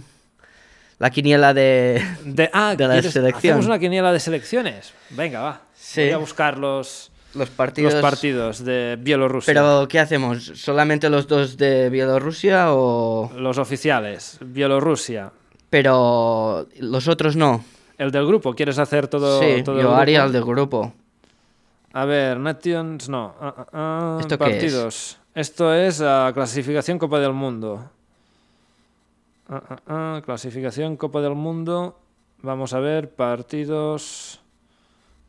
la quiniela de... De, ah, De la ¿quieres- selección. Hacemos una quiniela de selecciones. Venga, va. Sí. Voy a buscar los... los partidos? los partidos de Bielorrusia. Pero, ¿qué hacemos? ¿Solamente los dos de Bielorrusia o...? Los oficiales, Bielorrusia. Pero los otros no. El del grupo, ¿quieres hacer todo? sí, todo el yo grupo? haría el del grupo. A ver, Nations, no. Ah, ah, ah, ¿Esto qué partidos. Esto es ah, clasificación Copa del Mundo. Ah, ah, ah, clasificación Copa del Mundo. Vamos a ver, partidos.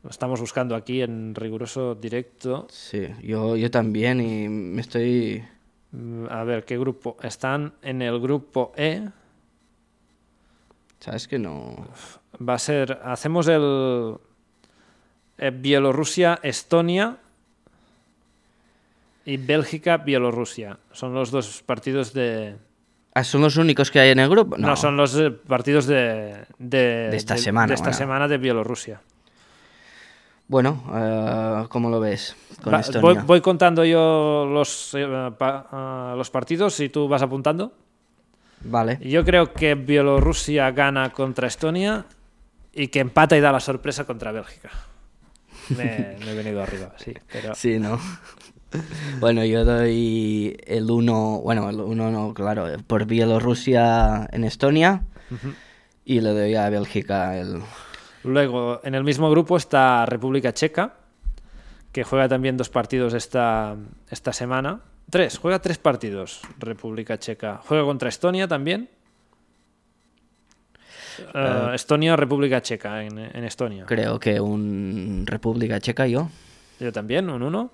Lo estamos buscando aquí en riguroso directo. Sí, yo, yo también y me estoy... Mm, A ver, ¿qué grupo? Están en el grupo E. ¿Sabes que no...? Va a ser. Hacemos el. eh, Bielorrusia, Estonia. Y Bélgica, Bielorrusia. Son los dos partidos de. Ah, ¿Son los únicos que hay en el grupo? No, No, son los eh, partidos de. De, De esta semana, De esta bueno. semana de Bielorrusia. Bueno, eh, ¿cómo lo ves con Va- Estonia? voy, voy contando yo los, eh, pa- ah, los partidos y tú vas apuntando. Vale, Yo creo que Bielorrusia gana contra Estonia y que empata y da la sorpresa contra Bélgica. Me, me he venido arriba, sí. Pero... sí, ¿no? bueno, yo doy el 1, bueno, el 1 no, claro, por Bielorrusia en Estonia y le doy a Bélgica el... Luego, en el mismo grupo está República Checa, que juega también dos partidos esta, esta semana. Tres, juega tres partidos República Checa. Juega contra Estonia también. Eh, Estonia, República Checa, en, en Estonia. Creo que un República Checa yo. Yo también, un uno.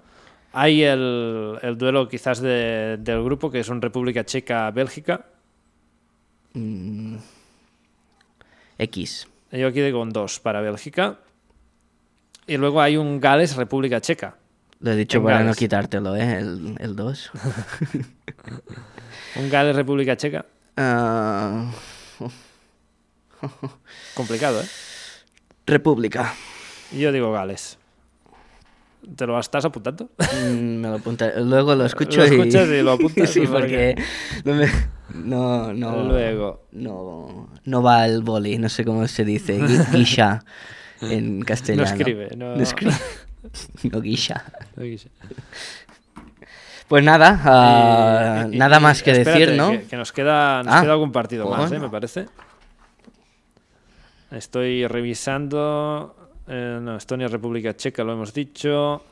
Hay el, el duelo quizás de- del grupo, que es un República Checa-Bélgica. Mm, X. Yo aquí digo un 2 para Bélgica. Y luego hay un Gales-República Checa. Lo he dicho En para no Gales. quitártelo, ¿eh? El 2. Un Gales-República Checa. Ah, Complicado, ¿eh? República. Yo digo Gales. ¿Te lo estás apuntando? Mm, me lo apunta- Luego lo escucho Lo y... escuchas y lo apuntas, sí, ¿no? porque... No, me- no, no- Luego. No, no va el boli, no sé cómo se dice. gui- Guisha en No castellano. escribe. ¿eh? No... No escribe. No guisha. No escribe. Pues nada, ah, Y- y- nada y- más que espérate, decir, ¿no? Que, que nos queda, nos Ah, queda algún partido más, ¿eh? bueno. me parece. Estoy revisando. eh, no, Estonia, República Checa, lo hemos dicho.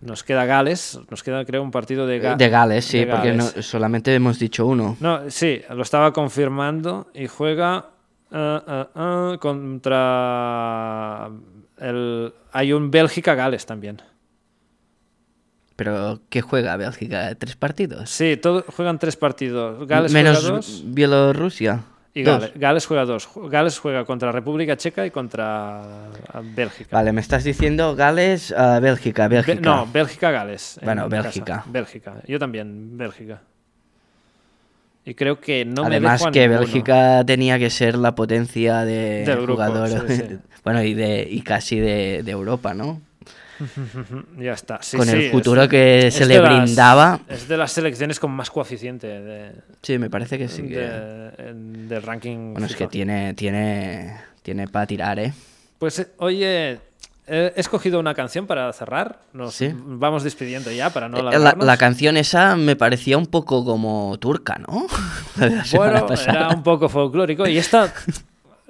Nos queda Gales. Nos queda, creo, un partido de, Ga- De Gales, sí, de porque no- Gales. solamente hemos dicho uno. No, sí, lo estaba confirmando y juega ah, ah, ah, contra el... Hay un Bélgica-Gales también. Pero ¿qué juega Bélgica? ¿Tres partidos? Sí, todo, juegan tres partidos. Gales Menos juega dos Bielorrusia. Y Dos. Gales, Gales juega dos. Gales juega contra República Checa y contra ah, Bélgica. Vale, me estás diciendo Gales, ah, Bélgica, Bélgica. Bé- no, Bélgica-Gales. en Bueno, mi casa. Bélgica. Bélgica. Yo también, Bélgica. Y creo que no Además me dejo a que ninguno. Bélgica tenía que ser la potencia de Del grupo, jugadores. sí, sí. bueno, y, de, y casi de, de Europa, ¿no? Ya está. Sí, Con sí, Este el es- futuro que se es le de las- brindaba. es de las selecciones con más coeficiente de- Sí, me parece que sí. que- de- en- del ranking. Bueno, es que FIFA. tiene, tiene, tiene para tirar, ¿eh? Pues eh, oye, he he escogido una canción para cerrar. Nos Sí. vamos despidiendo ya para no Eh, la, alargarnos. la canción esa me parecía un poco como turca, ¿no? La de la semana Bueno, pasada. era un poco folclórico. Y esta,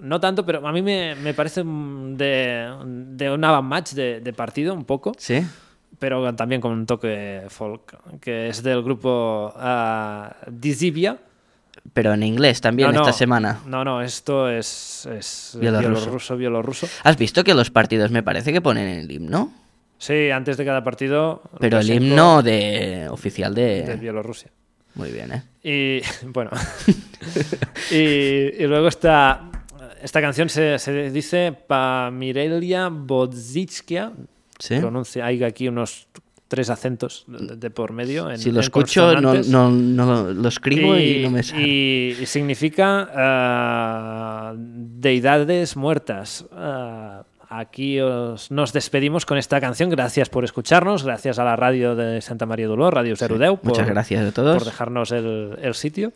no tanto, pero a mí me, me parece un- de, de un avant-match de, de partido, un poco, Sí. pero también con un toque folk, que es del grupo ah, Dizibia. Pero en inglés también No, no, esta semana. No, no, esto es, es eh, Bielorruso. bielorruso, bielorruso. ¿Has visto que los partidos me parece que ponen el himno? Sí, antes de cada partido. Pero el Lukashenko himno de oficial de... De Bielorrusia. Muy bien, ¿eh? Y bueno. y, y luego está. Esta canción se, se dice Pa Mirelia Bodzickia. Sí. Pronuncia, hay aquí unos tres acentos de, de por medio. En, si en lo escucho, no, consonantes. no, no lo- lo escribo y, no me sale. y- y significa ah, deidades muertas. Ah, aquí os- nos despedimos con esta canción. Gracias por escucharnos. Gracias a la radio de Santa María de Olor, Radio Serudeu, por, Muchas gracias a por todos. dejarnos el, el sitio.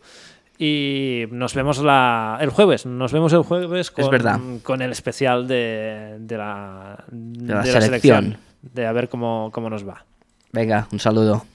Y nos vemos la, el jueves. Nos vemos el jueves con, verdad. con el especial de, de la, de la la selección. selección. De a ver cómo, cómo nos va. Venga, un saludo.